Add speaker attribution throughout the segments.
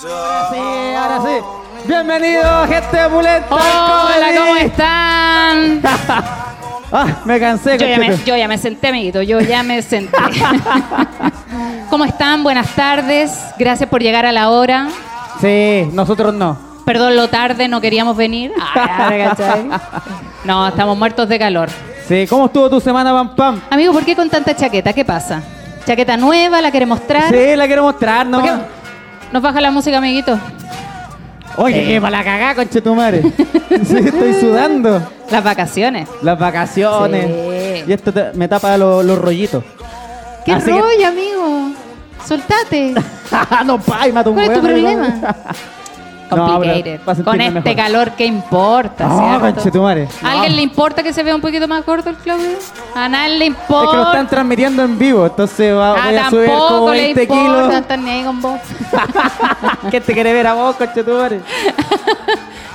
Speaker 1: Ahora sí, ahora sí. Bienvenido, gente buleta.
Speaker 2: Hola, ¿cómo están?
Speaker 1: Ah, me cansé.
Speaker 2: Yo ya me,
Speaker 1: cochete.
Speaker 2: yo ya me senté, amiguito, yo ya me senté. ¿Cómo están? Buenas tardes. Gracias por llegar a la hora.
Speaker 1: Sí, nosotros no.
Speaker 2: Perdón lo tarde, no queríamos venir. Ah, ¿cachai? No, estamos muertos de calor.
Speaker 1: Sí, ¿cómo estuvo tu semana, Pam Pam?
Speaker 2: Amigo, ¿por qué con tanta chaqueta? ¿Qué pasa? ¿Chaqueta nueva? ¿La quiere mostrar?
Speaker 1: Sí, la quiero mostrar, ¿no?
Speaker 2: ¿Por qué? Nos baja la música, amiguito.
Speaker 1: Oye, qué para la cagá, conchetumare. sí, estoy sudando.
Speaker 2: Las vacaciones.
Speaker 1: Las vacaciones.
Speaker 2: Sí.
Speaker 1: Y esto te- me tapa lo- los rollitos.
Speaker 2: ¿Qué
Speaker 1: Así que-
Speaker 2: rollo, amigo? Soltate.
Speaker 1: no, pa, y mato un
Speaker 2: ¿Cuál es
Speaker 1: hueón,
Speaker 2: tu problema?
Speaker 1: amigo. No, pero
Speaker 2: Complicated.
Speaker 1: para sentirme
Speaker 2: Con este
Speaker 1: mejor.
Speaker 2: calor, ¿qué importa?
Speaker 1: No,
Speaker 2: cierto?
Speaker 1: conchetumare.
Speaker 2: ¿A ¿Alguien le importa que se vea un poquito más corto el Claudio? A nadie le
Speaker 1: Es que lo
Speaker 2: importa.
Speaker 1: están transmitiendo en vivo, entonces va- voy
Speaker 2: a
Speaker 1: a subir como
Speaker 2: Ah, tampoco le
Speaker 1: 20
Speaker 2: importa
Speaker 1: kilos.
Speaker 2: estar ni ahí con vos.
Speaker 1: ¿Qué te quiere ver a vos, conchetumare?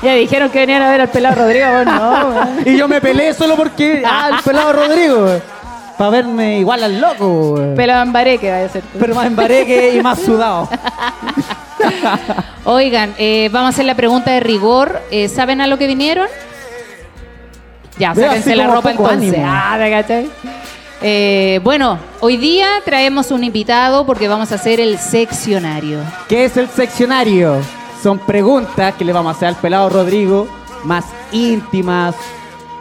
Speaker 2: ya dijeron que venían a ver al pelado Rodrigo.
Speaker 1: No, weón. y yo me peleé solo porque. Ah, el pelado Rodrigo. Para verme igual al loco, weón.
Speaker 2: pelado en baré que vaya a ser tú.
Speaker 1: Pero más embareque y más sudado.
Speaker 2: Oigan, eh, vamos a hacer la pregunta de rigor. Eh, ¿Saben a lo que vinieron? Ya,
Speaker 1: Veo
Speaker 2: sáquense
Speaker 1: así
Speaker 2: la
Speaker 1: como
Speaker 2: ropa
Speaker 1: poco
Speaker 2: entonces.
Speaker 1: ánimo.
Speaker 2: Ah, ¿me cachai? Eh, bueno, hoy día traemos un invitado porque vamos a hacer el seccionario.
Speaker 1: ¿Qué es el seccionario? Son preguntas que le vamos a hacer al pelado Rodrigo, más íntimas,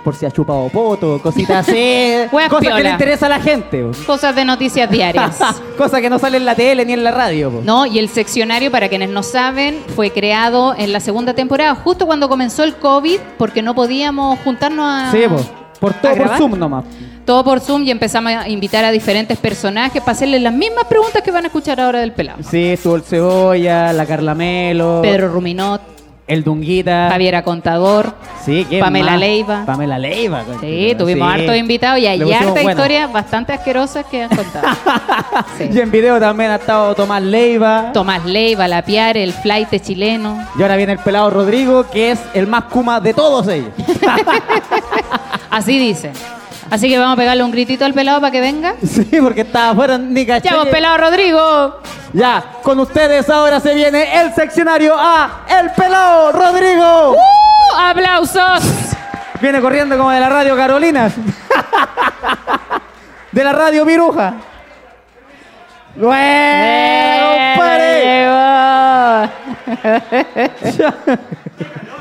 Speaker 1: por si ha chupado poto, cositas así.
Speaker 2: Weas
Speaker 1: cosas que le
Speaker 2: piola.
Speaker 1: interesa a la gente. weón.
Speaker 2: Cosas de noticias diarias.
Speaker 1: cosas que no salen en la tele ni en la radio. po.
Speaker 2: No, y el seccionario, para quienes no saben, fue creado en la segunda temporada, justo cuando comenzó el COVID, porque no podíamos juntarnos a.
Speaker 1: Sí, po. por
Speaker 2: ¿A
Speaker 1: todo por
Speaker 2: grabar?
Speaker 1: Zoom nomás.
Speaker 2: Todo por Zoom y empezamos a invitar a diferentes personajes para hacerles las mismas preguntas que van a escuchar ahora del pelado.
Speaker 1: Sí, estuvo el Cebolla, la Carlamelo,
Speaker 2: Pedro Ruminot,
Speaker 1: el Dunguita.
Speaker 2: Javiera Contador.
Speaker 1: Sí, ¿quién
Speaker 2: Pamela
Speaker 1: más?
Speaker 2: Leiva.
Speaker 1: Pamela Leiva.
Speaker 2: Sí, tuvimos
Speaker 1: harto
Speaker 2: hartos invitados y hay hartas
Speaker 1: historia.
Speaker 2: historias bastante asquerosas que han contado. Sí.
Speaker 1: Y en video también ha estado Tomás Leiva.
Speaker 2: Tomás Leiva, La Piare, el flight chileno.
Speaker 1: y ahora viene el pelado Rodrigo, que es el más kuma de todos ellos.
Speaker 2: Así dice. Así que vamos a pegarle un gritito al pelado para que venga.
Speaker 1: sí, porque estaba afuera ni caché.
Speaker 2: ¡Ya vos, pelado Rodrigo!
Speaker 1: Ya, con ustedes ahora se viene el seccionario a El Pelado Rodrigo.
Speaker 2: ¡Uh! ¡Aplausos!
Speaker 1: Viene corriendo como de la radio Carolina. de la radio Viruja.
Speaker 2: Eh,
Speaker 1: ¡Buena, compadre!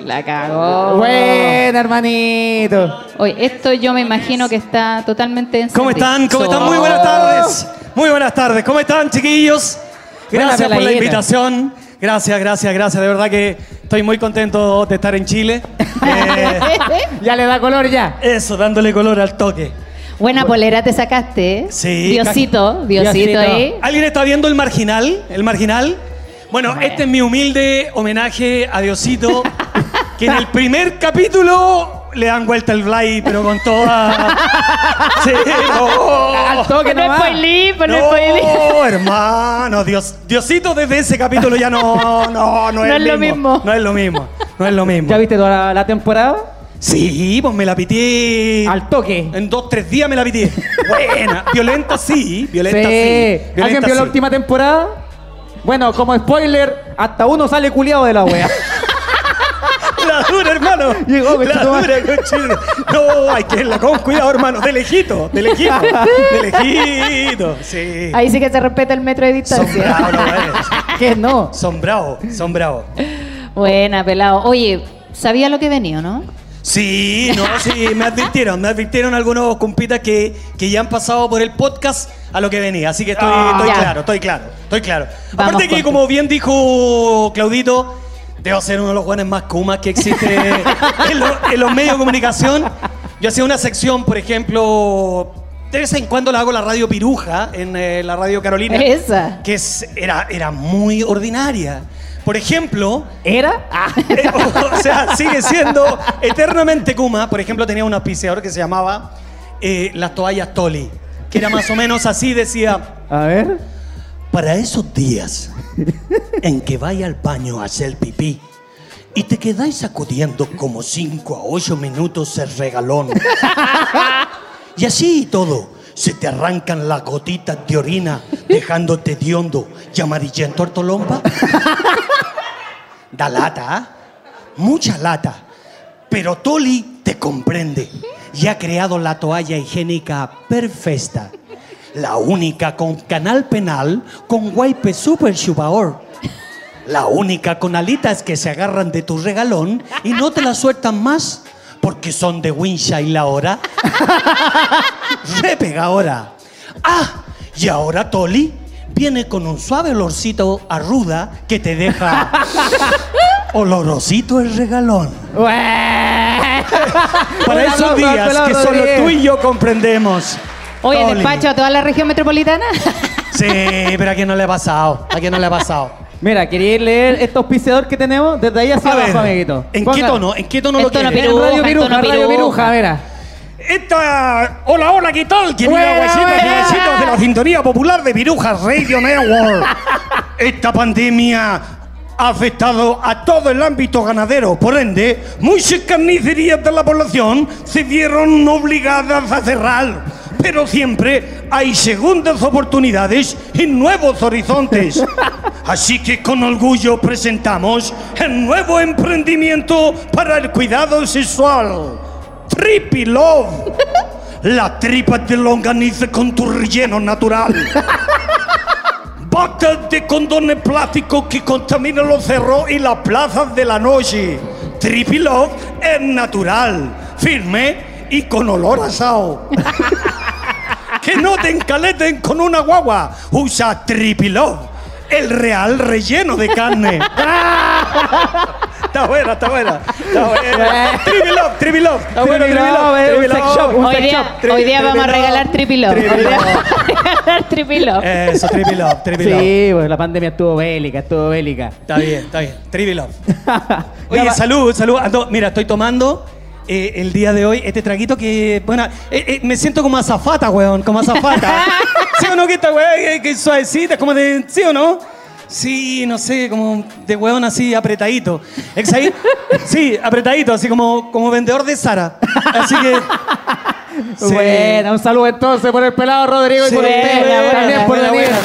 Speaker 2: La cagó.
Speaker 1: Buena, hermanito.
Speaker 2: Oye, esto yo me imagino que está totalmente en
Speaker 3: ¿Cómo están? ¿Cómo están? Muy buenas tardes. Muy buenas tardes. ¿Cómo están, chiquillos?
Speaker 1: Buena
Speaker 3: Gracias por la
Speaker 1: peladita.
Speaker 3: invitación. Gracias, gracias, gracias. De verdad que estoy muy contento de estar en Chile. Eh,
Speaker 1: Ya le da color ya.
Speaker 3: eso, dándole color al toque.
Speaker 2: Buena polera te sacaste, ¿eh?
Speaker 3: Sí, Ah,
Speaker 2: Diosito, Diosito,
Speaker 1: Diosito.
Speaker 2: ¿eh?
Speaker 3: ¿Alguien está viendo el marginal? ¿El marginal? Bueno, este es mi humilde homenaje a Diosito, que en el primer capítulo le dan vuelta el fly, pero con toda. Sí, no.
Speaker 1: Al toque
Speaker 2: No
Speaker 1: nomás.
Speaker 2: spoilí, pero no
Speaker 3: No,
Speaker 2: spoilí.
Speaker 3: hermano, Dios, Diosito desde ese capítulo ya no, no, no es,
Speaker 2: No es lo mismo.
Speaker 3: No es lo mismo, no es lo mismo.
Speaker 1: ¿Ya viste toda la, la temporada?
Speaker 3: Sí, pues me la pité.
Speaker 1: Al toque.
Speaker 3: En dos, tres días me la pité. Buena, violenta sí, violenta sí. violenta
Speaker 1: ¿Alguien vio la
Speaker 3: sí.
Speaker 1: última temporada? Bueno, como spoiler, hasta uno sale culiado de la wea.
Speaker 3: La dura, hermano.
Speaker 1: Llegó, concha
Speaker 3: la
Speaker 1: tu madre.
Speaker 3: dura, conchito. No, hay que irla con cuidado, hermano. De lejito, de lejito, de lejito. Sí.
Speaker 2: Ahí sí que se respeta el metro de
Speaker 3: Son
Speaker 2: distancia.
Speaker 3: bravos, los weones.
Speaker 1: ¿Qué no?
Speaker 3: son bravos, son bravos.
Speaker 2: Buena, pelado. Oye, sabía lo que venía, ¿no?
Speaker 3: Sí, no, sí, me advirtieron, me advirtieron algunos compitas que, que ya han pasado por el podcast a lo que venía, así que estoy, estoy
Speaker 2: Ah, ya.
Speaker 3: claro, estoy claro, estoy claro.
Speaker 2: Vamos
Speaker 3: Aparte que
Speaker 2: contigo.
Speaker 3: como bien dijo Claudito, debo ser uno de los guanes más kumas que existe en, lo- en los medios de comunicación. Yo hacía una sección, por ejemplo, de vez en cuando la hago en la radio Piruja, en eh, la radio Carolina,
Speaker 2: Esa.
Speaker 3: que es, era, era muy ordinaria. Por ejemplo,
Speaker 1: ¿Era? Ah,
Speaker 3: eh, o sea, sigue siendo eternamente Kuma. Por ejemplo, tenía un auspiciador que se llamaba eh, Las Toallas Toli, que era más o menos así, decía,
Speaker 1: a ver.
Speaker 3: para esos días en que vaya al baño a hacer pipí y te quedáis sacudiendo como 5 a 8 minutos el regalón. y así y todo. se te arrancan las gotitas de orina, dejándote de hondo y amarillento hortolompa. Da lata, ¿ah? mucha lata. Pero Toli te comprende y ha creado la toalla higiénica perfecta. La única con canal penal, con wipe super chupador. La única con alitas que se agarran de tu regalón y no te la sueltan más porque son de Winsha y la hora. Repega ahora. Ah, y ahora Toli viene con un suave olorcito a ruda que te deja olorosito el regalón. Para
Speaker 1: Un
Speaker 3: esos
Speaker 1: aplauso al
Speaker 3: días
Speaker 1: pelado
Speaker 3: que solo
Speaker 1: Rodríguez.
Speaker 3: tú y yo comprendemos.
Speaker 2: Oye,
Speaker 3: Toli.
Speaker 2: despacho a toda la región metropolitana.
Speaker 3: Sí, pero a quién no le ha pasado. A quién no le ha pasado.
Speaker 1: Mira, quería leer este auspiciador que tenemos desde ahí hacia
Speaker 3: A ver,
Speaker 1: abajo, amiguito.
Speaker 3: ¿en
Speaker 1: Ponga-
Speaker 3: qué tono? ¿En qué tono lo
Speaker 2: En tono
Speaker 3: quieres?
Speaker 2: piru-
Speaker 1: En Radio
Speaker 2: en
Speaker 1: Piruja,
Speaker 2: tono
Speaker 1: Radio
Speaker 2: piruja.
Speaker 1: Piruja, mira.
Speaker 3: Esta. Hola, hola, ¿qué tal? Queridos
Speaker 1: Buena,
Speaker 3: huesitos y
Speaker 1: buena.
Speaker 3: huesitos de la Sintonía Popular de Viruja Radio Network. Esta pandemia ha afectado a todo el ámbito ganadero. Por ende, muchas carnicerías de la población se vieron obligadas a cerrar. Pero siempre hay segundas oportunidades y nuevos horizontes. Así que con orgullo presentamos el nuevo emprendimiento para el cuidado sexual. Trippy Love. La tripa de longaniza con tu relleno natural. Botas de condones plásticos que contaminan los cerros y las plazas de la noche. Trippy Love es natural, firme y con olor asado. que no te encaleten con una guagua. Usa Trippy Love, el real relleno de carne. está buena, está buena. Está buena. Trippy Love, Trippy Love.
Speaker 1: Está bueno,
Speaker 3: Trippy
Speaker 1: Trippy
Speaker 3: Love,
Speaker 1: Love, es un
Speaker 3: Trippy
Speaker 1: sex
Speaker 3: Love.
Speaker 1: shop, un
Speaker 2: Hoy día,
Speaker 1: sex
Speaker 3: shop.
Speaker 2: hoy día
Speaker 3: Tri-
Speaker 2: vamos a
Speaker 3: tripilop.
Speaker 2: regalar tripilop. Hoy día
Speaker 3: Tripilop.
Speaker 2: vamos a regalar tripilop.
Speaker 3: Eso, Trippy Love, Trippy Love.
Speaker 1: Sí, pues la pandemia estuvo bélica, estuvo bélica.
Speaker 3: Está bien, está bien. Trippy Love.
Speaker 1: Ya
Speaker 3: Oye,
Speaker 1: va-
Speaker 3: salud, salud. Ando- mira, estoy tomando eh, el día de hoy este traguito que, bueno, eh, eh, me siento como azafata, weón, como azafata. ¿Sí o no que esta weá eh, que, que es suavecita, es como de, ¿sí o no? Sí, no sé, como de weón así apretadito. ¿Es ahí? Sí, apretadito, así como, como vendedor de Sara. Así que... sí.
Speaker 1: Bueno, un saludo entonces por el pelado Rodrigo y
Speaker 3: Sí,
Speaker 1: por usted.
Speaker 3: buena,
Speaker 1: también
Speaker 3: buena,
Speaker 1: por
Speaker 3: buena,
Speaker 1: Daniel.
Speaker 3: buena.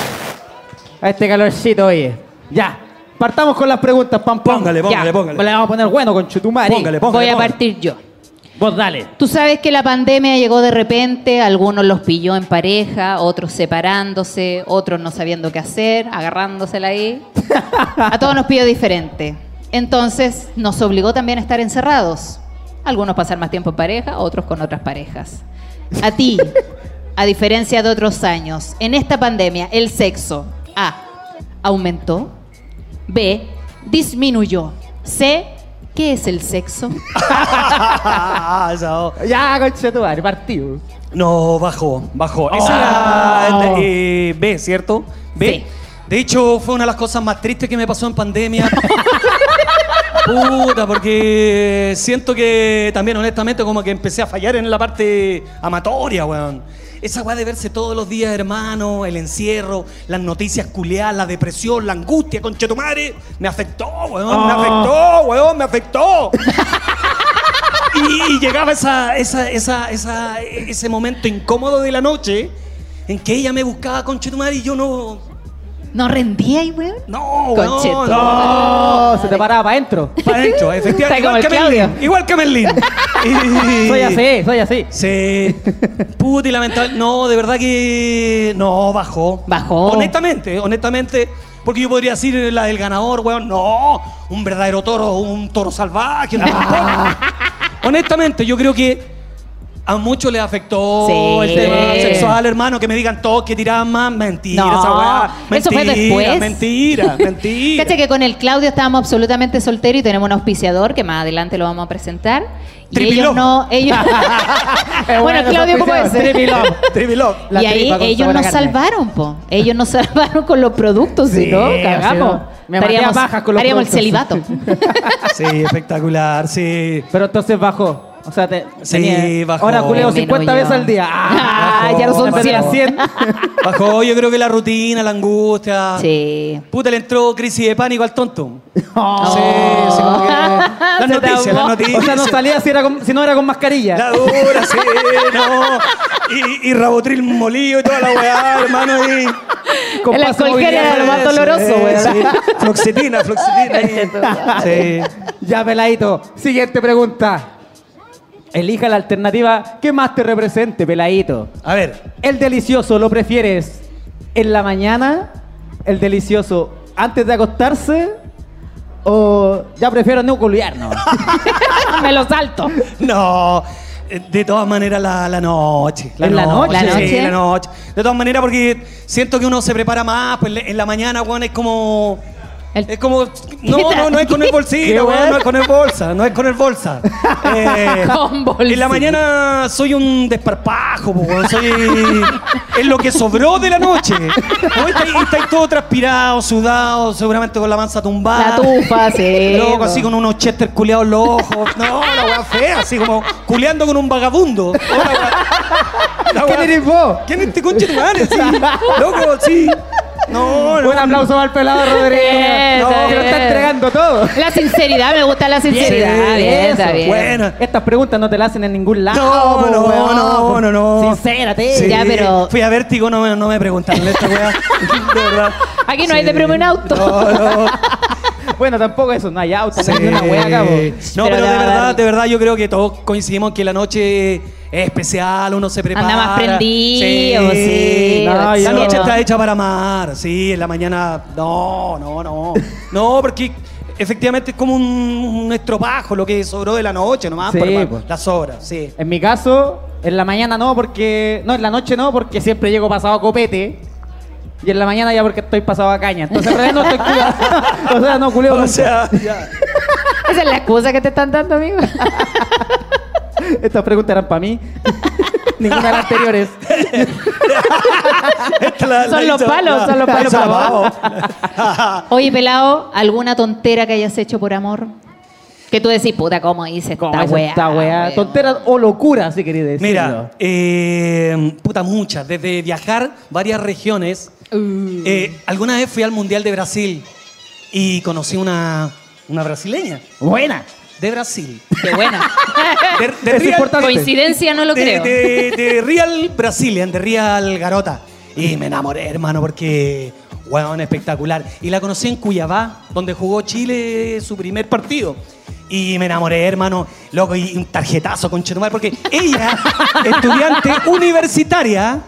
Speaker 1: A este calorcito, oye. Ya. Partamos con las preguntas, pam, pam.
Speaker 3: Póngale,
Speaker 1: Ya.
Speaker 3: póngale, póngale.
Speaker 1: Le vamos a poner bueno con Chutumari.
Speaker 3: Póngale, póngale,
Speaker 2: Voy a
Speaker 3: póngale.
Speaker 2: partir yo.
Speaker 1: Vos dale.
Speaker 2: Tú sabes que la pandemia llegó de repente, algunos los pilló en pareja, otros separándose, otros no sabiendo qué hacer, agarrándosela ahí. A todos nos pilló diferente. Entonces nos obligó también a estar encerrados. Algunos pasar más tiempo en pareja, otros con otras parejas. A ti, a diferencia de otros años, en esta pandemia, el sexo A. Aumentó. B. Disminuyó. C. ¿Qué es el sexo?
Speaker 3: Ah, esa-
Speaker 1: Ya, con Chutumari, partido.
Speaker 3: No, bajó, bajó. Esa era eh, B, ¿cierto? B.
Speaker 2: Sí.
Speaker 3: De hecho, fue una de las cosas más tristes que me pasó en pandemia. Puta, porque siento que también, honestamente, como que empecé a fallar en la parte amatoria, weón. Esa weá de verse todos los días, hermano, el encierro, las noticias culeadas, la depresión, la angustia, conchetumare, me afectó, weón, me
Speaker 1: Ah.
Speaker 3: afectó, weón, me afectó. Y, y llegaba esa, esa, esa, esa- ese momento incómodo de la noche en que ella me buscaba con Chetumar y yo no.
Speaker 2: ¿No rendía ahí, weón?
Speaker 3: No, no,
Speaker 2: Conchetumare.
Speaker 3: no.
Speaker 1: Oh, se te paraba para adentro.
Speaker 3: Para adentro, efectivamente.
Speaker 2: Está como
Speaker 3: Igual que,
Speaker 2: el Claudio.
Speaker 3: Merlín, igual que Merlín. Y-
Speaker 1: Soy así, soy así.
Speaker 3: Sí. Puta y lamentable. No, de verdad que. No, bajó.
Speaker 2: Bajó.
Speaker 3: Honestamente, honestamente. Porque yo podría decir la del ganador, weón. No, un verdadero toro, un toro salvaje. no. honestamente, yo creo que. A muchos les afectó
Speaker 2: Sí.
Speaker 3: el tema sexual, hermano, que me digan todos que tiraban más. Mentira,
Speaker 2: No,
Speaker 3: esa weá.
Speaker 2: eso fue
Speaker 3: Mentira,
Speaker 2: después.
Speaker 3: Mentira, mentira.
Speaker 2: Cacha que con el Claudio estábamos absolutamente solteros y tenemos un auspiciador que más adelante lo vamos a presentar. Y
Speaker 3: Tripilop.
Speaker 2: ellos no, ellos
Speaker 1: Es
Speaker 2: Bueno, Claudio, ¿cómo es?
Speaker 1: Tripilop.
Speaker 3: Tripilop.
Speaker 1: La
Speaker 2: y ahí
Speaker 1: tripa con
Speaker 2: ellos
Speaker 1: sabor a
Speaker 2: nos
Speaker 1: carne.
Speaker 2: salvaron, po. Ellos nos salvaron con los productos, si
Speaker 1: Sí,
Speaker 2: no,
Speaker 1: si no,
Speaker 2: cagamos.
Speaker 1: me maté a bajas con los
Speaker 2: haríamos el
Speaker 1: productos.
Speaker 2: celibato.
Speaker 3: Sí, espectacular, sí.
Speaker 1: Pero entonces bajó. O sea, te,
Speaker 4: Sí, bajó.
Speaker 1: Ahora culeo
Speaker 2: Menos
Speaker 1: 50
Speaker 2: yo.
Speaker 1: veces al día. Ah,
Speaker 4: Bajó,
Speaker 1: ya no son
Speaker 4: bajó.
Speaker 1: 100. 100.
Speaker 4: Bajó, yo creo que la rutina, la angustia.
Speaker 2: Sí.
Speaker 4: Puta, le entró crisis de pánico al tonto.
Speaker 1: Oh.
Speaker 4: Sí, sí, como que- Las
Speaker 1: Se te
Speaker 4: noticias, las
Speaker 1: ahogó. O
Speaker 4: noticias.
Speaker 1: sea, no salía si, era con- si no era con mascarilla.
Speaker 4: La dura, sí, no. Y, y rabotril molido y toda la weá, hermano. Y,
Speaker 1: Con
Speaker 2: El
Speaker 1: paso
Speaker 2: alcohol gel
Speaker 1: movilidad.
Speaker 2: era lo más doloroso,
Speaker 4: Sí,
Speaker 2: weón.
Speaker 4: sí. Floxetina, floxetina. Sí.
Speaker 1: Ya, peladito. Siguiente pregunta. Elija la alternativa que más te represente, peladito.
Speaker 4: A ver,
Speaker 1: ¿El delicioso lo prefieres en la mañana? ¿El delicioso antes de acostarse? ¿O ya prefiero no culiarnos?
Speaker 2: Me lo salto.
Speaker 4: no. eh, De todas maneras, la, la noche.
Speaker 1: ¿En la noche?
Speaker 2: ¿La
Speaker 4: Sí,
Speaker 2: noche?
Speaker 4: la noche. De todas maneras, porque siento que uno se prepara más, pues le- en la mañana, weón, es como.
Speaker 2: El-
Speaker 4: Es como. No, no, no es con el
Speaker 1: ¿Qué,
Speaker 4: bolsillo,
Speaker 1: weón?
Speaker 4: weón, no es con el bolsa, no es con el bolsa. Eh,
Speaker 2: Con bolsillo.
Speaker 4: En la mañana soy un desparpajo, po, weón. Soy. es lo que sobró de la noche. ¿No? Y Estáis estáis todos transpirados, sudados, seguramente con la manza
Speaker 2: La
Speaker 4: tumbada.
Speaker 2: tufa, sí.
Speaker 4: Loco, así con unos chester culeados en los ojos. No, la weá fea, así como culeando con un vagabundo. Oh, la weá- la
Speaker 1: ¿Quién
Speaker 4: weá-
Speaker 1: eres vos?
Speaker 4: ¿Quién es este conche tu madre? Sí. Loco, sí. No, no.
Speaker 1: Un aplauso para el pelado Rodríguez.
Speaker 2: Bien,
Speaker 1: No,
Speaker 2: está
Speaker 1: que lo está
Speaker 2: bien.
Speaker 1: entregando todo.
Speaker 2: La sinceridad, me gusta la sinceridad.
Speaker 4: Bien,
Speaker 2: bien,
Speaker 1: eso,
Speaker 2: está bien.
Speaker 4: Bueno.
Speaker 1: Estas preguntas no te las hacen en ningún lado.
Speaker 4: No,
Speaker 1: po,
Speaker 4: no,
Speaker 1: weón.
Speaker 4: no, no, no.
Speaker 1: Sincérate.
Speaker 4: Sí.
Speaker 2: Ya, pero-
Speaker 4: Fui a Vértigo, no me, no me preguntaron esta weá. De verdad.
Speaker 2: Aquí no hay de premio en auto.
Speaker 4: No, no.
Speaker 1: Bueno, tampoco eso, no hay auto,
Speaker 4: Sí.
Speaker 1: no hay una wea acá, po.
Speaker 4: Eh, No,
Speaker 2: Pero
Speaker 4: pero,
Speaker 2: la
Speaker 4: de
Speaker 2: verdad-
Speaker 4: verdad, de verdad, yo creo que todos coincidimos que la noche es especial, uno se prepara.
Speaker 2: Anda más prendido, sí.
Speaker 1: No,
Speaker 4: La
Speaker 1: yo-
Speaker 4: noche está hecha para amar, sí, en la mañana. No, no, no. No, porque efectivamente es como un, un estropajo lo que sobró de la noche nomás.
Speaker 1: Sí,
Speaker 4: por más-
Speaker 1: pues.
Speaker 4: las obras, sí.
Speaker 1: En mi caso, en la mañana no, porque. No, en la noche no, porque siempre llego pasado a copete. Y en la mañana ya porque estoy pasado a caña. Entonces, en realidad no estoy culiado. o sea, no culeo.
Speaker 4: O
Speaker 1: nunca.
Speaker 4: sea, ya.
Speaker 2: Esa es la excusa que te están dando, amigo.
Speaker 1: Estas preguntas eran para mí. Ninguna de las anteriores.
Speaker 4: Esta la-
Speaker 2: Son
Speaker 4: la
Speaker 2: los
Speaker 4: hizo-
Speaker 2: palos,
Speaker 4: la-
Speaker 2: son los palos,
Speaker 4: la hizo
Speaker 2: papá.
Speaker 4: abajo.
Speaker 2: Oye, pelado, ¿alguna tontera que hayas hecho por amor? Que tú decís, puta, ¿cómo hice
Speaker 1: Como
Speaker 2: esta
Speaker 1: esa
Speaker 2: weá? Ah,
Speaker 1: esta weá.
Speaker 2: weón?
Speaker 1: Tontera o locura, si queréis decirlo.
Speaker 4: Mira, eh, puta muchas, desde viajar varias regiones. Eh, alguna vez fui al Mundial de Brasil y conocí una, una brasileña
Speaker 1: Buena.
Speaker 4: de Brasil.
Speaker 2: Qué buena.
Speaker 4: De, de
Speaker 1: Es
Speaker 4: Real-
Speaker 1: importante.
Speaker 2: Coincidencia no lo
Speaker 4: de,
Speaker 2: creo.
Speaker 4: de- de Real Brazilian, de Real Garota. Y me enamoré, hermano, porque, weón, espectacular. Y la conocí en Cuyabá, donde jugó Chile su primer partido. Y me enamoré, hermano, loco, y un tarjetazo con Chetumal, porque ella, estudiante universitaria,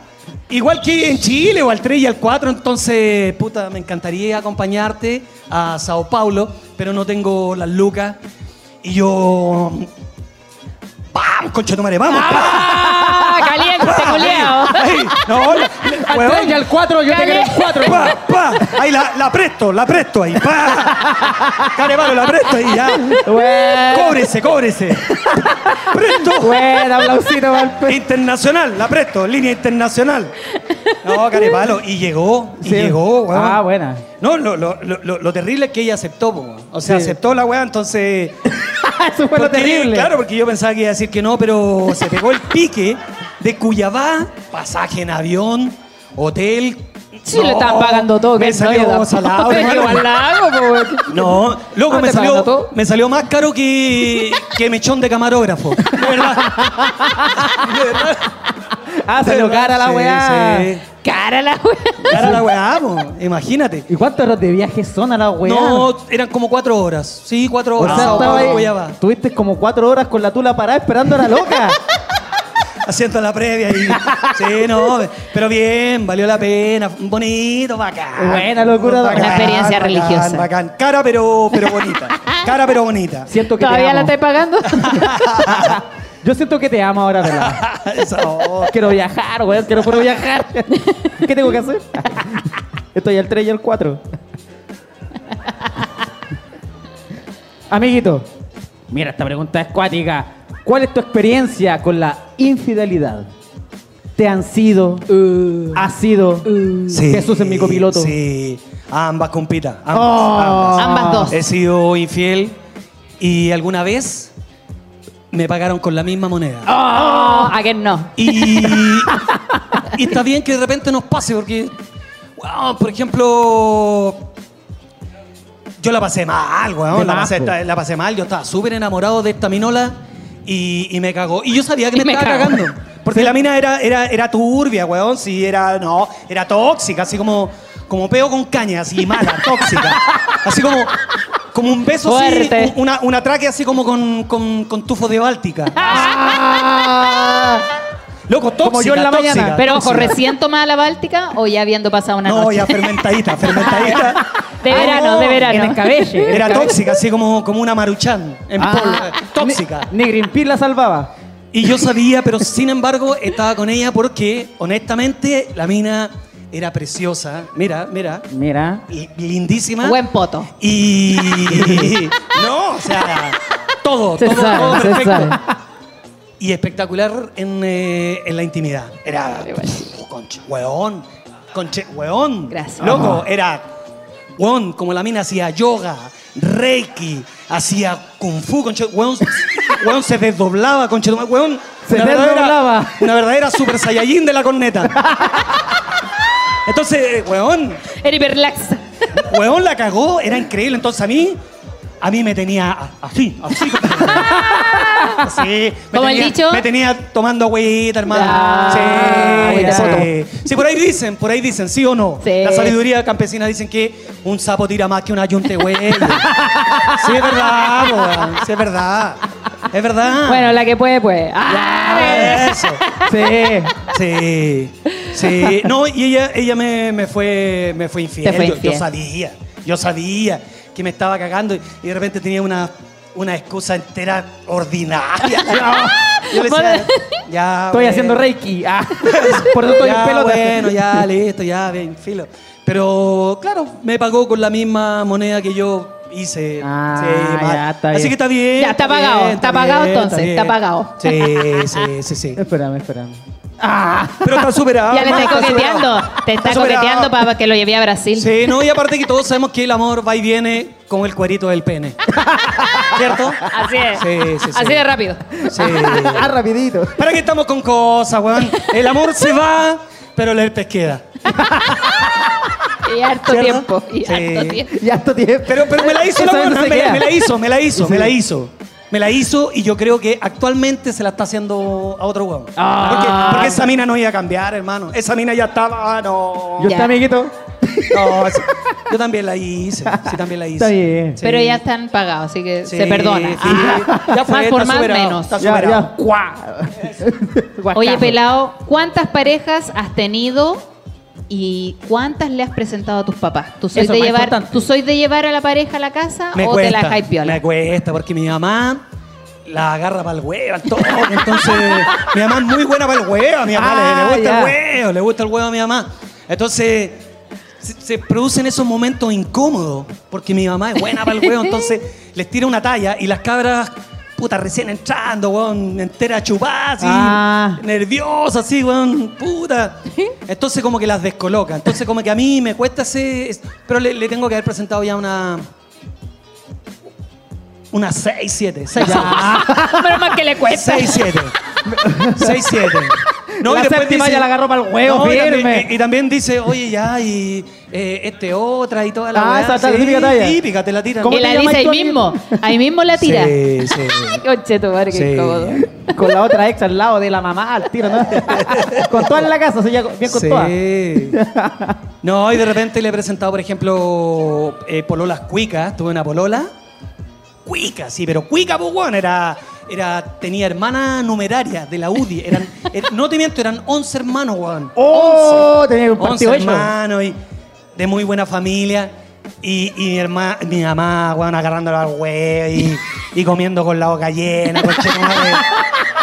Speaker 4: igual que en Chile, o al 3 y al 4, entonces, puta, me encantaría acompañarte a Sao Paulo, pero no tengo las lucas. Y yo. ¡Pam! ¡Conchetumare, vamos! ¡Pam!
Speaker 2: ¡Ah! ¡Caliente, culiao!
Speaker 4: Ay, no, la-
Speaker 1: Al
Speaker 4: weón.
Speaker 1: tres y al 4 yo te
Speaker 2: Gané.
Speaker 1: quedé el 4.
Speaker 4: Pa, pa. Ahí la, la presto, la presto ahí. Pa. Carevalo, la presto ahí ya.
Speaker 1: Buena,
Speaker 4: Cóbrese, cóbrese. Presto.
Speaker 1: buena, aplausito para el pe-
Speaker 4: Internacional, la presto, línea internacional. No, Carevalo. Y llegó, y
Speaker 1: Sí.
Speaker 4: llegó, weón.
Speaker 1: Ah, buena.
Speaker 4: No, lo, lo- lo- lo- lo terrible es que ella aceptó, po, weón. O sea,
Speaker 1: Sí.
Speaker 4: aceptó la weá, entonces.
Speaker 1: Eso fue lo
Speaker 4: Porque,
Speaker 1: terrible.
Speaker 4: Claro, porque yo pensaba que iba a decir que no, pero se pegó el pique de Cuyabá, pasaje en avión, hotel.
Speaker 2: Sí, le están
Speaker 4: No,
Speaker 2: pagando todo.
Speaker 4: Me
Speaker 2: que
Speaker 4: salió
Speaker 2: no, yo tampoco.
Speaker 4: salado, hermano.
Speaker 2: Igual la hago, po, weón.
Speaker 4: No, loco,
Speaker 1: Ah,
Speaker 4: me,
Speaker 1: ¿te pagaron
Speaker 4: salió,
Speaker 1: todo?
Speaker 4: me salió más caro que, que mechón de camarógrafo. De verdad.
Speaker 1: Ah, se lo cara la
Speaker 4: Sí,
Speaker 1: weá.
Speaker 4: sí.
Speaker 2: Cara la weá.
Speaker 4: Cara la weá, po, imagínate.
Speaker 1: ¿Y cuántas horas de viaje son a la weá?
Speaker 4: No, eran como cuatro horas. Sí, cuatro
Speaker 1: O
Speaker 4: horas.
Speaker 1: sea,
Speaker 4: Sao
Speaker 1: estaba
Speaker 4: Paulo,
Speaker 1: ahí-
Speaker 4: Cuyabá.
Speaker 1: tuviste como cuatro horas con la tula parada esperando a la loca.
Speaker 4: haciendo la previa y sí, no, pero bien, valió la pena, bonito, bacán.
Speaker 1: Buena locura,
Speaker 4: Bacán,
Speaker 2: Una experiencia
Speaker 4: bacán,
Speaker 2: religiosa.
Speaker 4: Bacán, cara pero pero bonita. Cara pero bonita.
Speaker 1: Siento que
Speaker 2: ¿Todavía
Speaker 1: te
Speaker 2: la
Speaker 1: amo.
Speaker 2: estáis pagando?
Speaker 1: Yo siento que te amo ahora, ¿verdad?
Speaker 4: Eso.
Speaker 1: quiero viajar, weón, quiero puro viajar. ¿Qué tengo que hacer? Estoy al 3 y al 4. Amiguito, mira esta pregunta es cuática. ¿Cuál es tu experiencia con la infidelidad? ¿Te han sido?
Speaker 2: Uh.
Speaker 1: ¿Ha sido?
Speaker 4: Sí,
Speaker 1: Jesús es mi copiloto.
Speaker 4: Sí. Ambas compitas, ambas,
Speaker 1: Oh.
Speaker 4: ambas.
Speaker 2: Ambas dos.
Speaker 4: He sido infiel y alguna vez me pagaron con la misma moneda.
Speaker 2: Ah, ¿A quién no?
Speaker 4: Y, y está bien que de repente nos pase, porque, wow, por ejemplo, yo la pasé mal, weón.
Speaker 1: De
Speaker 4: La
Speaker 1: más,
Speaker 4: pasé,
Speaker 1: po.
Speaker 4: la pasé mal, yo estaba súper enamorado de esta minola y, y me cagó. Y yo sabía que
Speaker 2: Y
Speaker 4: me,
Speaker 2: me
Speaker 4: estaba
Speaker 2: cagó.
Speaker 4: cagando. Porque la mina era, era, era turbia, weón. Sí, era, no, era tóxica, así como, como peo con caña, así mala, tóxica. Así como, como un beso,
Speaker 2: Fuerte.
Speaker 4: así, un- una, un atraque así como con, con, con tufo de Báltica. Loco, tóxica,
Speaker 1: Ah. Como yo en la
Speaker 4: tóxica,
Speaker 1: mañana.
Speaker 2: Pero ojo,
Speaker 4: tóxica.
Speaker 2: ¿recién tomada la Báltica o ya habiendo pasado una
Speaker 4: No,
Speaker 2: noche?
Speaker 4: ya fermentadita, fermentadita.
Speaker 2: De verano, de verano.
Speaker 1: Ah, En el Ah, cabello.
Speaker 4: Era tóxica, así como, como una maruchan en polvo, tóxica.
Speaker 1: Ni, ni Green Peas la salvaba.
Speaker 4: Y yo sabía, pero sin embargo estaba con ella porque, honestamente, la mina era preciosa. Mira, mira,
Speaker 1: Mira.
Speaker 4: li- lindísima.
Speaker 2: Buen poto.
Speaker 4: Y. no, o sea, todo,
Speaker 1: Se
Speaker 4: todo,
Speaker 1: sabe,
Speaker 4: todo
Speaker 1: se
Speaker 4: perfecto.
Speaker 1: sabe.
Speaker 4: Y espectacular en, eh, en la intimidad. Era. Uf, Conche, weón. Conche, weón.
Speaker 2: Gracias.
Speaker 4: Loco, era. Weón, como la mina hacía yoga, reiki, hacía kung fu, conche, weón, weón se desdoblaba, conche, tu madre, weón.
Speaker 1: Se
Speaker 4: una verdadera-
Speaker 1: desdoblaba.
Speaker 4: Una verdadera super saiyajin de la corneta. Entonces, eh, weón,
Speaker 2: Era hiperlaxa.
Speaker 4: Weón la cagó, era increíble. Entonces a mí, a mí me tenía a- así, así. así, me
Speaker 2: ¿Como el
Speaker 4: tenía,
Speaker 2: dicho?
Speaker 4: Me tenía tomando agüita, hermano.
Speaker 2: Ah,
Speaker 4: sí,
Speaker 2: agüita.
Speaker 4: sí. Sí, por ahí dicen, por ahí dicen, sí o no.
Speaker 2: Sí.
Speaker 4: La sabiduría campesina dicen que un sapo tira más que un ayunte huevo. sí, es verdad, weón. Sí, es verdad. Es verdad.
Speaker 2: Bueno, la que puede, puede. ¡Ah!
Speaker 4: Ah, eso.
Speaker 1: Sí.
Speaker 4: Sí, sí. No, y ella, ella me, me fue, me fue infiel.
Speaker 2: Te fue
Speaker 4: Yo- Yo,
Speaker 2: infiel.
Speaker 4: sabía, yo sabía que me estaba cagando y, y de repente tenía una, una excusa entera ordinaria. Yo le decía, ya,
Speaker 1: Estoy
Speaker 4: bueno,
Speaker 1: haciendo reiki. Ah, por eso estoy
Speaker 4: ya,
Speaker 1: en pelota.
Speaker 4: Bueno, ya, listo, ya, ven, filo. Pero, claro, me pagó con la misma moneda que yo hice.
Speaker 1: Ah, ya, está
Speaker 4: Así
Speaker 1: bien.
Speaker 4: que está bien.
Speaker 2: Ya, está pagado,
Speaker 4: bien,
Speaker 2: está pagado
Speaker 4: bien,
Speaker 2: entonces,
Speaker 4: bien.
Speaker 2: está pagado.
Speaker 4: Sí, sí, sí, sí.
Speaker 1: Espérame, espérame.
Speaker 4: Pero está superado.
Speaker 2: Ya le está
Speaker 4: hermano,
Speaker 2: coqueteando.
Speaker 4: superado.
Speaker 2: Te está
Speaker 4: superado.
Speaker 2: coqueteando para que lo lleve a Brasil.
Speaker 4: Sí, no, y aparte que todos sabemos que el amor va y viene con el cuerito del pene. ¿Cierto?
Speaker 2: Así es.
Speaker 4: Sí, sí, sí.
Speaker 2: Así de rápido.
Speaker 4: Sí.
Speaker 1: Ah, rapidito.
Speaker 4: ¿Para qué estamos con cosas, weón? El amor se va, pero el herpes queda.
Speaker 2: Y harto
Speaker 4: ¿Cierto?
Speaker 2: tiempo. Y
Speaker 4: Sí.
Speaker 2: harto tiempo.
Speaker 1: Ya esto tiene.
Speaker 4: Pero, pero me la hizo la
Speaker 1: Esa
Speaker 4: buena,
Speaker 1: no se
Speaker 4: me, la-
Speaker 1: queda.
Speaker 4: me la hizo, me la hizo,
Speaker 1: Sí.
Speaker 4: me la hizo. Me la hizo y yo creo que actualmente se la está haciendo a otro weón.
Speaker 1: Ah.
Speaker 4: Porque, porque esa mina no iba a cambiar, hermano. Esa mina ya estaba, ah, no.
Speaker 1: Yo
Speaker 2: Ya.
Speaker 1: está, amiguito.
Speaker 4: No, sí, yo también la hice. Sí, también la hice.
Speaker 1: Está bien.
Speaker 4: Sí.
Speaker 2: Pero ya están pagados, así que
Speaker 4: Sí,
Speaker 2: se perdona.
Speaker 4: sí.
Speaker 2: Ah.
Speaker 4: Ya fue,
Speaker 2: más por
Speaker 4: está
Speaker 2: más,
Speaker 4: superado,
Speaker 2: menos.
Speaker 4: está
Speaker 1: Ya,
Speaker 4: superado.
Speaker 1: ya. Cuá. Guacazo.
Speaker 2: Oye, Pelao, ¿cuántas parejas has tenido y cuántas le has presentado a tus papás? ¿Tú sois,
Speaker 1: Eso
Speaker 2: de
Speaker 1: es más
Speaker 2: llevar,
Speaker 1: importante.
Speaker 2: ¿tú sois de llevar a la pareja a la casa
Speaker 4: me
Speaker 2: o
Speaker 4: cuesta,
Speaker 2: te la dejáis piola?
Speaker 4: Me cuesta, porque mi mamá la agarra para el huevo, al toque. Entonces, mi mamá es muy buena para el huevo, a mi mamá le-
Speaker 1: Ah,
Speaker 4: le, gusta
Speaker 1: ya.
Speaker 4: el huevo, le gusta el huevo a mi mamá. Entonces, se, se producen esos momentos incómodos, porque mi mamá es buena para el huevo, entonces les tira una talla y las cabras. Puta, recién entrando, weón, entera chupada, así,
Speaker 1: Ah.
Speaker 4: nerviosa, así, weón, puta. Entonces como que las descoloca. Entonces como que a mí me cuesta ese... es- Pero le- le tengo que haber presentado ya una, unas 6, 7. 6,
Speaker 2: Pero más que le cuesta.
Speaker 4: 6, 7. 6, 7.
Speaker 1: La séptima ya la agarró pa'l huevo,
Speaker 4: y también-
Speaker 1: firme.
Speaker 4: Y, y también dice, oye, ya, y eh, este otra y toda la
Speaker 1: Ah,
Speaker 4: weá.
Speaker 1: esa es la
Speaker 4: Sí,
Speaker 1: típica talla.
Speaker 4: Típica, te la tiran.
Speaker 1: ¿Cómo
Speaker 2: y la
Speaker 1: te llamas
Speaker 2: dice ahí
Speaker 1: tú, amigo?
Speaker 2: mismo. Ahí mismo la tira.
Speaker 4: Sí, sí.
Speaker 2: Conche tu madre, qué
Speaker 4: Sí.
Speaker 2: incómodo.
Speaker 1: Con la otra ex al lado de la mamá al tiro, ¿no? con toda en la casa, o sea, ya bien con todas.
Speaker 4: Sí. No, y de repente le he presentado, por ejemplo, eh, pololas cuicas. Tuve una polola cuica, sí, pero cuica, pues, weón, era, era, tenía hermana numeraria de la UDI. Eran, er- no te miento, eran 11 hermanos, weón.
Speaker 1: ¡Oh! Tenía un
Speaker 4: 11
Speaker 1: partido hecho.
Speaker 4: hermanos y de muy buena familia. Y, y mi, herma- mi mamá, weón, agarrándolo al huevo y, y comiendo con la boca llena. conchetumare.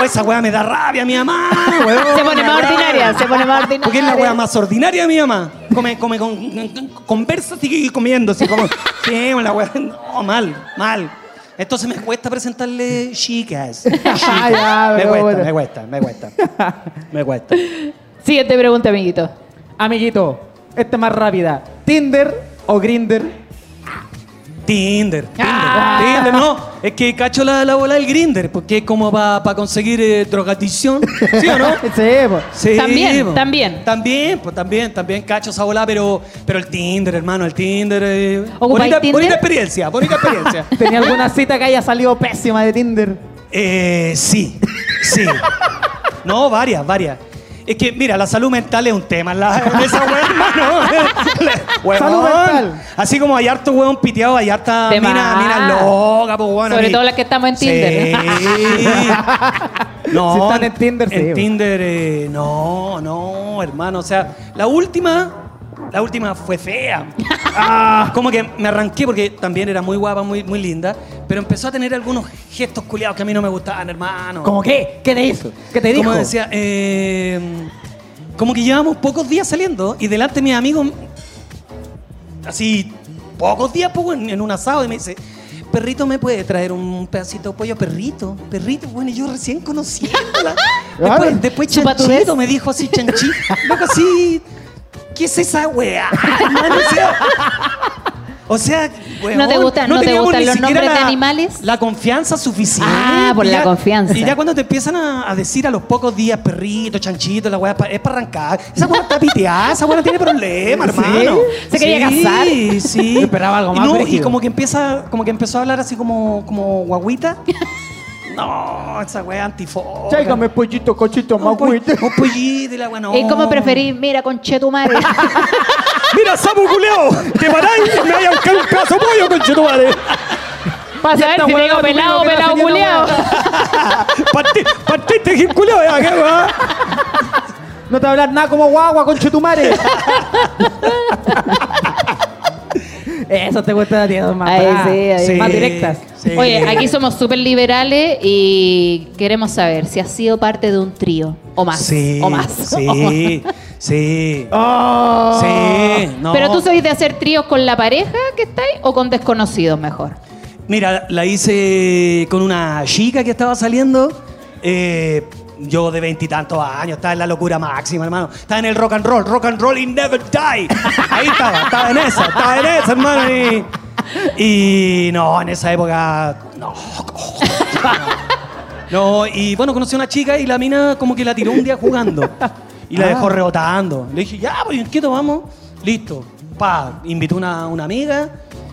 Speaker 4: Oh, esa weá me da rabia, mi mamá, weón,
Speaker 2: Se pone
Speaker 4: me
Speaker 2: más
Speaker 4: da rabia.
Speaker 2: ordinaria, se pone más ordinaria.
Speaker 4: Porque es la wea más ordinaria de mi mamá. Come, come, con, con- conversa, sigue comiendo. Así como, sí, la wea. No, mal, mal. Entonces me cuesta presentarle chicas. chicas.
Speaker 1: Ah, ya,
Speaker 4: me,
Speaker 1: pero
Speaker 4: cuesta,
Speaker 1: bueno.
Speaker 4: me cuesta, me cuesta, me cuesta.
Speaker 2: Siguiente pregunta, amiguito.
Speaker 1: este Amiguito, esta es más rápida. ¿Tinder o Grinder?
Speaker 4: Tinder. Tinder,
Speaker 2: Ah.
Speaker 4: Tinder, no. Es que cacho la, la bola del grinder, porque es como para conseguir eh, drogadicción. ¿Sí o no?
Speaker 1: Sí, pues. po.
Speaker 4: Sí,
Speaker 2: También,
Speaker 4: po.
Speaker 2: también.
Speaker 4: También, pues también, también cacho esa bola, pero, pero el Tinder, hermano, el Tinder. eh,
Speaker 2: ¿Ocupáis
Speaker 4: bonita,
Speaker 2: Tinder?
Speaker 4: bonita experiencia, bonita experiencia.
Speaker 1: ¿Tenía alguna cita que haya salido pésima de Tinder?
Speaker 4: Eh, sí, sí. No, varias, varias. Es que, mira, la salud mental es un tema. La, esa wea, hermano. La- huevón.
Speaker 1: Salud mental.
Speaker 4: Así como hay harto hueón piteado, hay harta
Speaker 2: Tema.
Speaker 4: mina, mina loca, pues bueno.
Speaker 2: Sobre todo las que estamos en Tinder.
Speaker 4: no,
Speaker 1: Si están en Tinder, sí,
Speaker 4: En
Speaker 1: pues.
Speaker 4: Tinder, eh, no, no, hermano. O sea, la última... La última fue fea. Ah, como que me arranqué porque también era muy guapa, muy, muy linda, pero empezó a tener algunos gestos culiados que a mí no me gustaban, hermano.
Speaker 1: ¿Cómo qué? ¿Qué te hizo? ¿Qué te dijo?
Speaker 4: Como decía, eh, como que llevamos pocos días saliendo y delante de mis amigos, así, pocos días pues, en, en un asado, y me dice, perrito, ¿me puede traer un pedacito de pollo? Perrito, perrito, bueno, y yo recién conociéndola.
Speaker 1: Claro.
Speaker 4: después, después
Speaker 2: Chupa tu
Speaker 4: chanchito, me dijo así, chanchito, loco, así, ¿qué es esa weá? hermano? O sea, o sea,
Speaker 2: ¿No te
Speaker 4: huevón,
Speaker 2: gustan- no te
Speaker 4: teníamos
Speaker 2: gustan
Speaker 4: ni
Speaker 2: los
Speaker 4: siquiera
Speaker 2: nombres de
Speaker 4: la-
Speaker 2: animales?
Speaker 4: La confianza suficiente.
Speaker 2: Ah, por
Speaker 4: Y
Speaker 2: la confianza.
Speaker 4: Y ya cuando te empiezan a, a decir a los pocos días, perrito, chanchito, la weá, es pa- es para arrancar. Esa weá está piteada, esa weá tiene problemas,
Speaker 1: ¿Sí?
Speaker 4: hermano.
Speaker 2: ¿Se quería
Speaker 4: Sí,
Speaker 2: casar?
Speaker 4: Sí,
Speaker 1: Yo esperaba algo
Speaker 4: Y
Speaker 1: más
Speaker 4: no, y
Speaker 1: brígido.
Speaker 4: como que empieza, como que empezó a hablar así como, como guaguita. No, esa weá antifo.
Speaker 1: Tráigame pollito, cochito,
Speaker 4: un, po-
Speaker 1: magüite.
Speaker 4: un pollito y la weá, no.
Speaker 2: ¿Y cómo preferís? Mira, con tu madre.
Speaker 4: Mira, sapo culeo, te paráis y me vaya a buscar un pedazo de pollo, conchetumare.
Speaker 2: Pasa a ver
Speaker 1: esta
Speaker 2: si te
Speaker 1: huevona
Speaker 2: digo
Speaker 1: tu
Speaker 2: pelado,
Speaker 1: primo que la
Speaker 2: pelado,
Speaker 1: señora
Speaker 2: culeado.
Speaker 4: Parti- Partiste, Gil culeo, eh, ya, qué weá.
Speaker 1: No te va a hablar nada como guagua, conchetumare. Eso te cuesta la tía más,
Speaker 2: Ay,
Speaker 1: parada,
Speaker 2: sí, ay.
Speaker 1: más
Speaker 4: Sí,
Speaker 1: directas.
Speaker 4: sí.
Speaker 2: Oye, aquí somos súper liberales y queremos saber si has sido parte de un trío o más.
Speaker 4: Sí.
Speaker 2: o más. o más.
Speaker 4: Sí, sí.
Speaker 1: Oh.
Speaker 4: Sí, no.
Speaker 2: Pero tú sois de hacer tríos con la pareja que estáis o con desconocidos mejor.
Speaker 4: Mira, la hice con una chica que estaba saliendo. eh, yo de veintitantos años, estaba en la locura máxima, hermano. Estaba en el rock and roll, rock and roll y never die. Ahí estaba, estaba en esa, estaba en esa, hermano. Y, y no, en esa época, no. No, y bueno, conocí a una chica y la mina como que la tiró un día jugando. Y la dejó rebotando. Le dije, ya, pues inquieto, vamos. Listo. Pa, invitó una, una amiga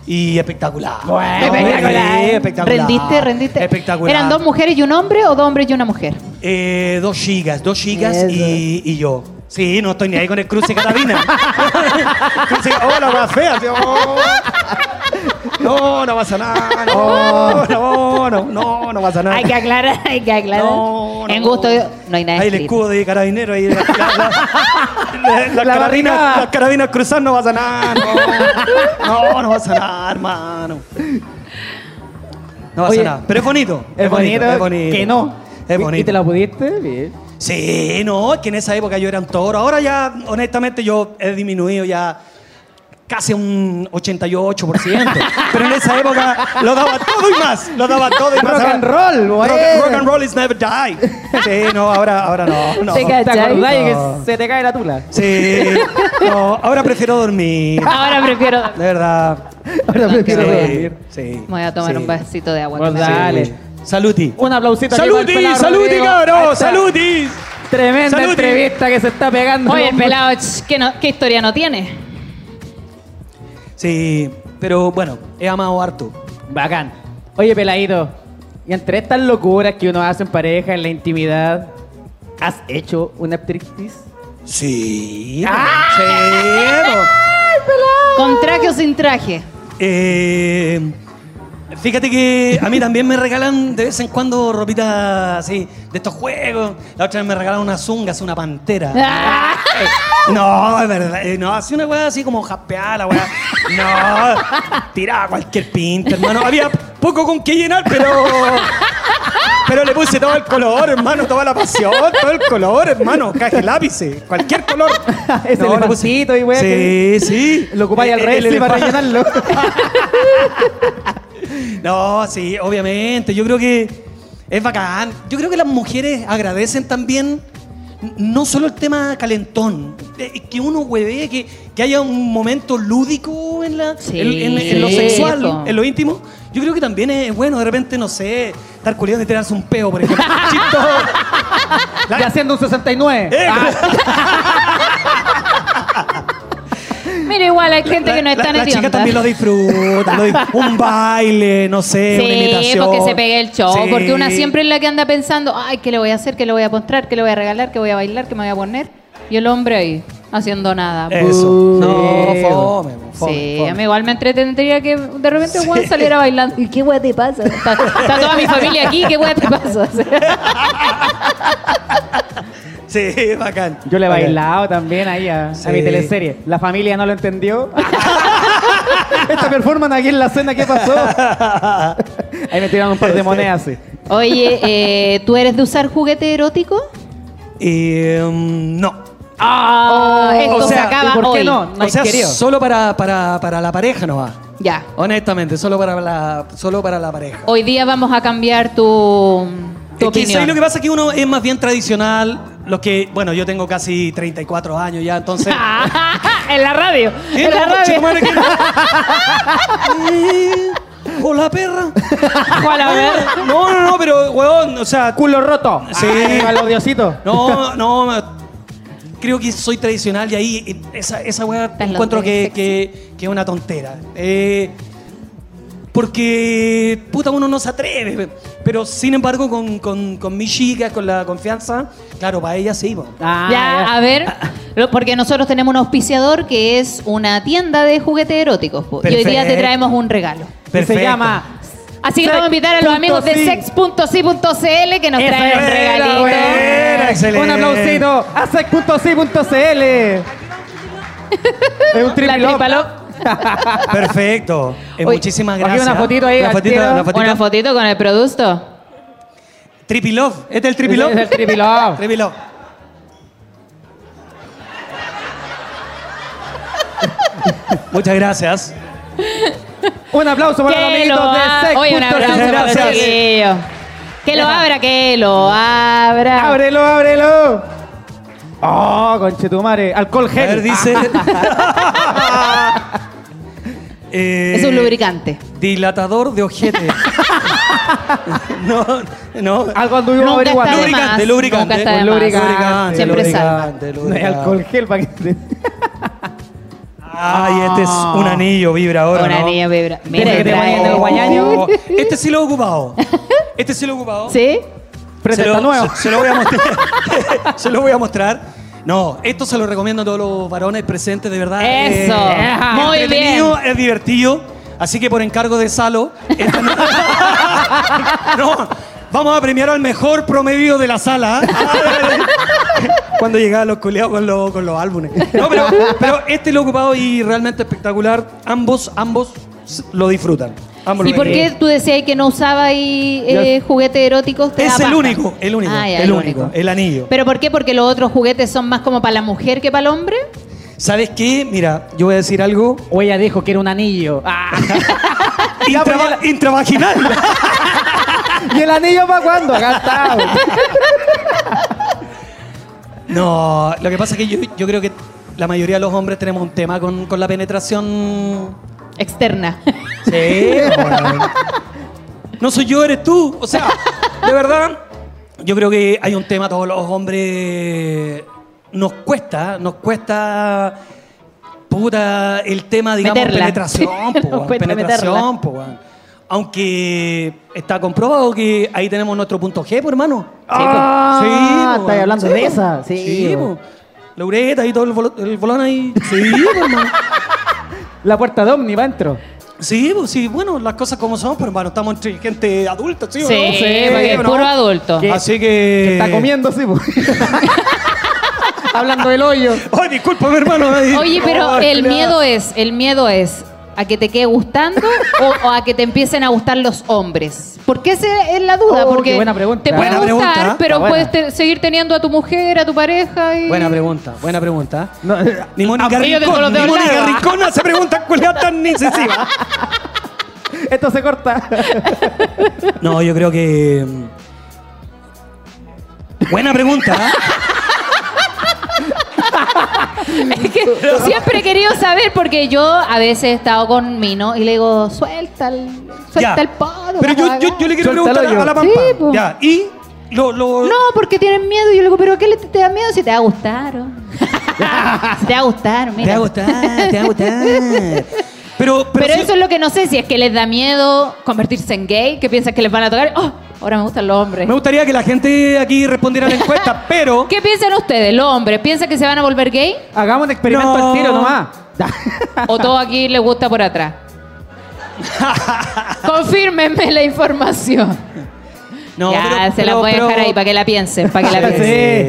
Speaker 4: y espectacular.
Speaker 1: Bueno,
Speaker 2: Eh, Espectacular.
Speaker 4: Sí, eh, espectacular.
Speaker 2: ¿Rendiste, rendiste?
Speaker 4: Espectacular.
Speaker 2: ¿Eran dos mujeres y un hombre o dos hombres y una mujer?
Speaker 4: Eh, dos chicas, dos chicas
Speaker 1: Eso.
Speaker 4: y, y yo. Sí, no estoy ni ahí con el cruce Catalina. cruce, oh, la más fea. sí, oh. No, no pasa nada.
Speaker 1: Oh.
Speaker 4: No, no, no, no, no pasa nada.
Speaker 2: Hay que aclarar, hay que aclarar.
Speaker 4: No, no.
Speaker 2: en gusto no hay nada
Speaker 4: Ahí el
Speaker 2: escrito.
Speaker 4: escudo de carabinero, ahí la, la, la- la-
Speaker 1: La
Speaker 4: las carabinas,
Speaker 1: barricada.
Speaker 4: las carabinas cruzadas no pasa nada, no, no, no pasa nada, hermano. No pasa
Speaker 1: Oye,
Speaker 4: nada, pero es bonito,
Speaker 1: Es bonito,
Speaker 4: es bonito.
Speaker 1: que no.
Speaker 4: Es
Speaker 1: ¿Y-
Speaker 4: bonito.
Speaker 1: ¿Y te la pudiste? Bien.
Speaker 4: Sí, no, es que en esa época yo era un toro. Ahora ya, honestamente, yo he disminuido ya casi un 88%. pero en esa época lo daba todo y más. Lo daba todo y más.
Speaker 1: Rock and roll,
Speaker 4: rock,
Speaker 1: bueno.
Speaker 4: rock and roll is never die. Sí, no, ahora, ahora no. no.
Speaker 2: Se cae.
Speaker 1: ¿Te
Speaker 2: ¿Cachai?
Speaker 1: acordás
Speaker 4: No.
Speaker 1: que se te cae la tula?
Speaker 4: Sí, no, ahora prefiero dormir.
Speaker 2: Ahora prefiero.
Speaker 4: De verdad.
Speaker 1: Ahora prefiero
Speaker 2: creo.
Speaker 1: dormir.
Speaker 4: sí.
Speaker 2: Voy a tomar
Speaker 4: sí.
Speaker 2: un vasito de agua.
Speaker 1: Pues
Speaker 2: que me hace-
Speaker 1: dale.
Speaker 4: Saluti.
Speaker 1: Un aplausito. aquí para el
Speaker 4: Saluti,
Speaker 1: pelado
Speaker 4: saluti,
Speaker 1: Rodrigo. Ahí
Speaker 4: cabrón.
Speaker 1: está.
Speaker 4: Saluti.
Speaker 1: Tremenda
Speaker 4: Salud.
Speaker 1: entrevista que se está pegando.
Speaker 2: Oye, el pelado, ch, ¿qué, no- qué historia no tiene?
Speaker 4: Sí, pero bueno, he amado harto.
Speaker 1: Bacán. Oye, peladito. Y entre estas locuras que uno hace en pareja, en la intimidad, ¿has hecho un striptease?
Speaker 4: Sí. Sí. po.
Speaker 2: ¿Con traje o sin traje?
Speaker 4: Eh, fíjate que a mí también me regalan de vez en cuando ropita así, de estos juegos. La otra vez me regalaron unas zungas, una pantera.
Speaker 2: Ah,
Speaker 4: No, es verdad. eh, No, así una weá así como jaspeada, la weá. No, tiraba cualquier pinta, hermano. Había poco con qué llenar, pero. Pero le puse todo el color, hermano, toda la pasión, todo el color, hermano. Caje lápices, cualquier color.
Speaker 1: Ese
Speaker 4: le puse-
Speaker 1: elefantito y weá que-
Speaker 4: Sí, sí. Eh,
Speaker 1: Lo ocupáis al
Speaker 4: El-
Speaker 1: rey
Speaker 4: el
Speaker 1: para
Speaker 4: elefante.
Speaker 1: rellenarlo.
Speaker 4: No, sí, obviamente. Yo creo que es bacán. Yo creo que las mujeres agradecen también no solo el tema calentón, eh, que uno huevee, que, que haya un momento lúdico en, la,
Speaker 2: Sí,
Speaker 4: en, en- en lo
Speaker 2: sí,
Speaker 4: sexual,
Speaker 2: po.
Speaker 4: en lo íntimo. Yo creo que también es bueno, de repente, no sé, estar culiando y tirarse un peo, por ejemplo. Chistoso.
Speaker 1: Y Ah, haciendo un 69.
Speaker 4: Eh,
Speaker 2: Mira, igual hay gente que no es
Speaker 4: la-
Speaker 2: tan
Speaker 4: la chica
Speaker 2: hedionda.
Speaker 4: también lo disfruta, lo dis- un baile, no sé, una
Speaker 2: Sí,
Speaker 4: imitación.
Speaker 2: porque se pegue el show,
Speaker 4: Sí.
Speaker 2: porque una siempre es la que anda pensando, ay, ¿qué le voy a hacer? ¿Qué le voy a mostrar? ¿Qué le voy a regalar? ¿Qué voy a bailar? ¿Qué me voy a poner? Y el hombre ahí, haciendo nada.
Speaker 4: Eso.
Speaker 1: Uh, sí.
Speaker 4: No, fome, Eh, fome,
Speaker 2: Sí,
Speaker 4: fome.
Speaker 2: a mí igual me entretendría que de repente Juan saliera bailando. ¿Y qué weá te pasa? Está, está toda mi familia aquí, ¿qué weá te pasa?
Speaker 4: Sí, bacán.
Speaker 1: Yo le he
Speaker 4: Bacán.
Speaker 1: bailado también ahí a, a
Speaker 4: Sí.
Speaker 1: mi teleserie. La familia no lo entendió. Esta performance aquí en la cena, ¿qué pasó? Ahí me tiraron un par
Speaker 4: Este-
Speaker 1: de monedas, sí.
Speaker 2: Oye, eh, ¿tú eres de usar juguete erótico?
Speaker 4: Eh, mm, no.
Speaker 2: Ah, esto
Speaker 4: o sea,
Speaker 2: se acaba
Speaker 1: ¿y por qué
Speaker 2: hoy.
Speaker 1: no?
Speaker 4: o sea,
Speaker 1: hay querido.
Speaker 4: solo para, para, para la pareja no va.
Speaker 2: Ya.
Speaker 4: Honestamente, solo para la, solo para la pareja.
Speaker 2: Hoy día vamos a cambiar tu, tu
Speaker 4: Es que, ¿sabes
Speaker 2: opinión.
Speaker 4: lo que pasa es que uno es más bien tradicional. Los que, bueno, yo tengo casi 34 años ya, entonces.
Speaker 1: Ah,
Speaker 2: Ah, en la radio.
Speaker 4: ¿Qué?
Speaker 2: En la
Speaker 4: No,
Speaker 2: radio.
Speaker 4: conchetumare, ¿qué? Eh, Hola, perra.
Speaker 2: Juan, a ver.
Speaker 4: No, no, no, pero, weón, o sea,
Speaker 1: Culo roto. Ah,
Speaker 4: Sí.
Speaker 1: Ay, a los diositos.
Speaker 4: No, no. Creo que soy tradicional y ahí eh, esa, esa weá
Speaker 2: Estás
Speaker 4: encuentro
Speaker 2: loca,
Speaker 4: que,
Speaker 2: sexy.
Speaker 4: que- que es una tontera. Eh, porque, puta, uno no se atreve. Pero, sin embargo, con, con, con mi chica, con la confianza, claro, para ella sí. po.
Speaker 1: Ah,
Speaker 2: ya, a ver. lo- Porque nosotros tenemos un auspiciador que es una tienda de juguetes eróticos. po, Y hoy día te
Speaker 4: Perfecto.
Speaker 2: traemos un regalo.
Speaker 1: Y
Speaker 4: Perfecto.
Speaker 1: se llama
Speaker 2: Así que vamos a invitar a los
Speaker 1: Sex.si.
Speaker 2: amigos de sex.si.cl que nos
Speaker 1: Esa
Speaker 2: traen un
Speaker 1: es la
Speaker 2: regalito.
Speaker 1: buena.
Speaker 4: Buena, excelente.
Speaker 1: Un aplausito a sex.si.cl. Es un
Speaker 2: La
Speaker 1: triple up.
Speaker 2: tripalop.
Speaker 4: Perfecto. Eh,
Speaker 2: Oye,
Speaker 4: muchísimas
Speaker 1: aquí una
Speaker 4: gracias.
Speaker 1: fotito ahí,
Speaker 4: Una
Speaker 1: al
Speaker 4: fotito,
Speaker 1: tiro.
Speaker 4: una fotito.
Speaker 2: Una fotito con el producto.
Speaker 4: Tripilov. ¿Este es el Tripilov?
Speaker 1: Es el triple up.
Speaker 4: Tripilov. Muchas gracias.
Speaker 1: Un aplauso para los
Speaker 2: Que lo
Speaker 1: amiguitos de
Speaker 2: abra.
Speaker 1: sex.
Speaker 2: Oye, un abrazo para los
Speaker 4: Gracias.
Speaker 2: chiquillos. Que lo abra, que lo abra.
Speaker 1: Ábrelo, ábrelo. Oh, conchetumare. Alcohol
Speaker 4: A
Speaker 1: gel.
Speaker 4: ver, dice. Eh,
Speaker 2: Es un lubricante.
Speaker 4: Dilatador de ojete. no, no.
Speaker 1: Ah, Algo anduvimos
Speaker 2: Nunca
Speaker 1: averiguando.
Speaker 2: está de más.
Speaker 4: Lubricante,
Speaker 2: Nunca
Speaker 4: lubricante.
Speaker 2: está de
Speaker 1: Un
Speaker 2: más.
Speaker 1: lubricante,
Speaker 2: Siempre salva.
Speaker 4: lubricante,
Speaker 1: No hay
Speaker 4: lubricante.
Speaker 1: alcohol gel para que
Speaker 4: Ay, este es un anillo vibrador.
Speaker 2: Una
Speaker 4: ¿no?
Speaker 2: niña Ah. vibra. Mira,
Speaker 1: Tiene que te
Speaker 2: trae-
Speaker 1: ponen el guañaño.
Speaker 4: Este sí lo he ocupado. Este sí lo he ocupado.
Speaker 2: ¿Sí?
Speaker 1: Presta está nuevo.
Speaker 4: Se, se lo voy a mostrar. se lo voy a mostrar. No, esto se lo recomiendo a todos los varones presentes, de verdad.
Speaker 2: Eso.
Speaker 4: es
Speaker 2: Muy
Speaker 4: entretenido, Es divertido. Así que por encargo de Salo. esta no- no, vamos a premiar al mejor promedio de la sala. ¿ah? Cuando llegaban los culeados con, los- con los álbumes. No, pero, pero este lo he ocupado y realmente espectacular. Ambos, ambos lo disfrutan. Ambos
Speaker 2: ¿Y
Speaker 4: lo
Speaker 2: por qué
Speaker 4: disfrutan.
Speaker 2: tú decías que no usaba ahí eh, juguetes eróticos? Te da
Speaker 4: Es el
Speaker 2: paja.
Speaker 4: único, el único,
Speaker 2: Ah, ya,
Speaker 4: el único, el anillo.
Speaker 2: ¿Pero por qué? ¿Porque los otros juguetes son más como para la mujer que para el hombre?
Speaker 4: ¿Sabes qué? Mira, yo voy a decir algo
Speaker 1: O ella dijo que era un anillo. Ah,
Speaker 4: Intrava- intravaginal.
Speaker 1: ¿Y el anillo para cuándo? Acá está.
Speaker 4: pues. No, lo que pasa es que yo, yo creo que la mayoría de los hombres tenemos un tema con, con la penetración.
Speaker 2: Externa.
Speaker 4: Sí. no soy yo, eres tú. O sea, de verdad, yo creo que hay un tema, todos los hombres nos cuesta, nos cuesta puta el tema, digamos,
Speaker 2: Meterla.
Speaker 4: penetración,
Speaker 2: Nos
Speaker 4: po, weón,
Speaker 2: cuesta
Speaker 4: penetración,
Speaker 2: meterla.
Speaker 4: po, weón. Aunque está comprobado que ahí tenemos nuestro punto G, po, hermano.
Speaker 1: Ah,
Speaker 4: po,
Speaker 1: estáis
Speaker 4: weón.
Speaker 1: hablando
Speaker 4: pues. Sí,
Speaker 1: de
Speaker 4: po.
Speaker 1: esa. Sí, pues.
Speaker 4: po.
Speaker 1: po.
Speaker 4: La ureta y todo el, bolo- el bolón ahí. Sí, po, hermano. pues.
Speaker 1: La puerta de Omni va adentro.
Speaker 4: Sí, pues sí, bueno, las cosas como son, pero hermano, estamos entre gente adulta, ¿sí o
Speaker 2: Sí,
Speaker 4: no?
Speaker 2: porque es
Speaker 4: ¿o no?
Speaker 2: puro adulto.
Speaker 1: ¿Qué?
Speaker 4: Así que.
Speaker 1: Está comiendo, sí, pues. Hablando del hoyo.
Speaker 4: Ay, discúlpame, hermano. ay,
Speaker 2: Oye,
Speaker 4: por
Speaker 2: pero
Speaker 4: favor,
Speaker 2: el
Speaker 4: culiao.
Speaker 2: miedo es, el miedo es a que te quede gustando o, o a que te empiecen a gustar los hombres. Porque esa es la duda,
Speaker 1: Oh,
Speaker 2: porque
Speaker 1: qué buena pregunta.
Speaker 2: te puede
Speaker 4: Buena
Speaker 2: gustar,
Speaker 4: pregunta, ¿eh?
Speaker 2: pero
Speaker 1: está
Speaker 2: puedes te- seguir teniendo a tu mujer, a tu pareja y
Speaker 4: Buena pregunta, buena pregunta.
Speaker 1: No,
Speaker 4: Ni Mónica
Speaker 2: Abrío de
Speaker 4: Rincón,
Speaker 2: color de
Speaker 4: ni Mónica
Speaker 2: blanco.
Speaker 4: Rincón hace preguntas culiadas tan incisiva.
Speaker 1: esto se corta.
Speaker 4: No, yo creo que. mm, Buena pregunta. ¿eh?
Speaker 2: Es que siempre he querido saber porque yo a veces he estado con Mino y le digo, suelta el, suelta
Speaker 4: Ya.
Speaker 2: el palo.
Speaker 4: Pero yo,
Speaker 2: la
Speaker 4: yo, yo le quiero
Speaker 1: Suéltalo
Speaker 4: preguntar
Speaker 1: yo.
Speaker 4: a la
Speaker 2: Sí,
Speaker 4: pampa.
Speaker 2: po.
Speaker 4: ya, y lo. lo-
Speaker 2: No, porque tienen miedo. Y yo le digo, ¿pero a qué le te, te da miedo si te va a gustar? o?" Si te va a gustar, mira.
Speaker 4: Te va a gustar, te va a gustar. Pero, pero,
Speaker 2: Pero,
Speaker 4: sí-
Speaker 2: eso es lo que no sé, si es que les da miedo convertirse en gay, que piensan que les van a tocar, oh, ahora me gustan los hombres.
Speaker 4: me gustaría que la gente aquí respondiera a la encuesta, pero.
Speaker 2: ¿Qué piensan ustedes, los hombres? ¿Piensan que se van a volver gay?
Speaker 1: Hagamos un experimento
Speaker 4: No.
Speaker 1: al tiro nomás.
Speaker 2: ¿O todo aquí les gusta por atrás? Confírmenme la información.
Speaker 4: No,
Speaker 2: ya,
Speaker 4: pero-
Speaker 2: se la
Speaker 4: pero-
Speaker 2: voy a dejar
Speaker 4: pero-
Speaker 2: ahí para que la piensen, para que la piensen.
Speaker 4: Sí,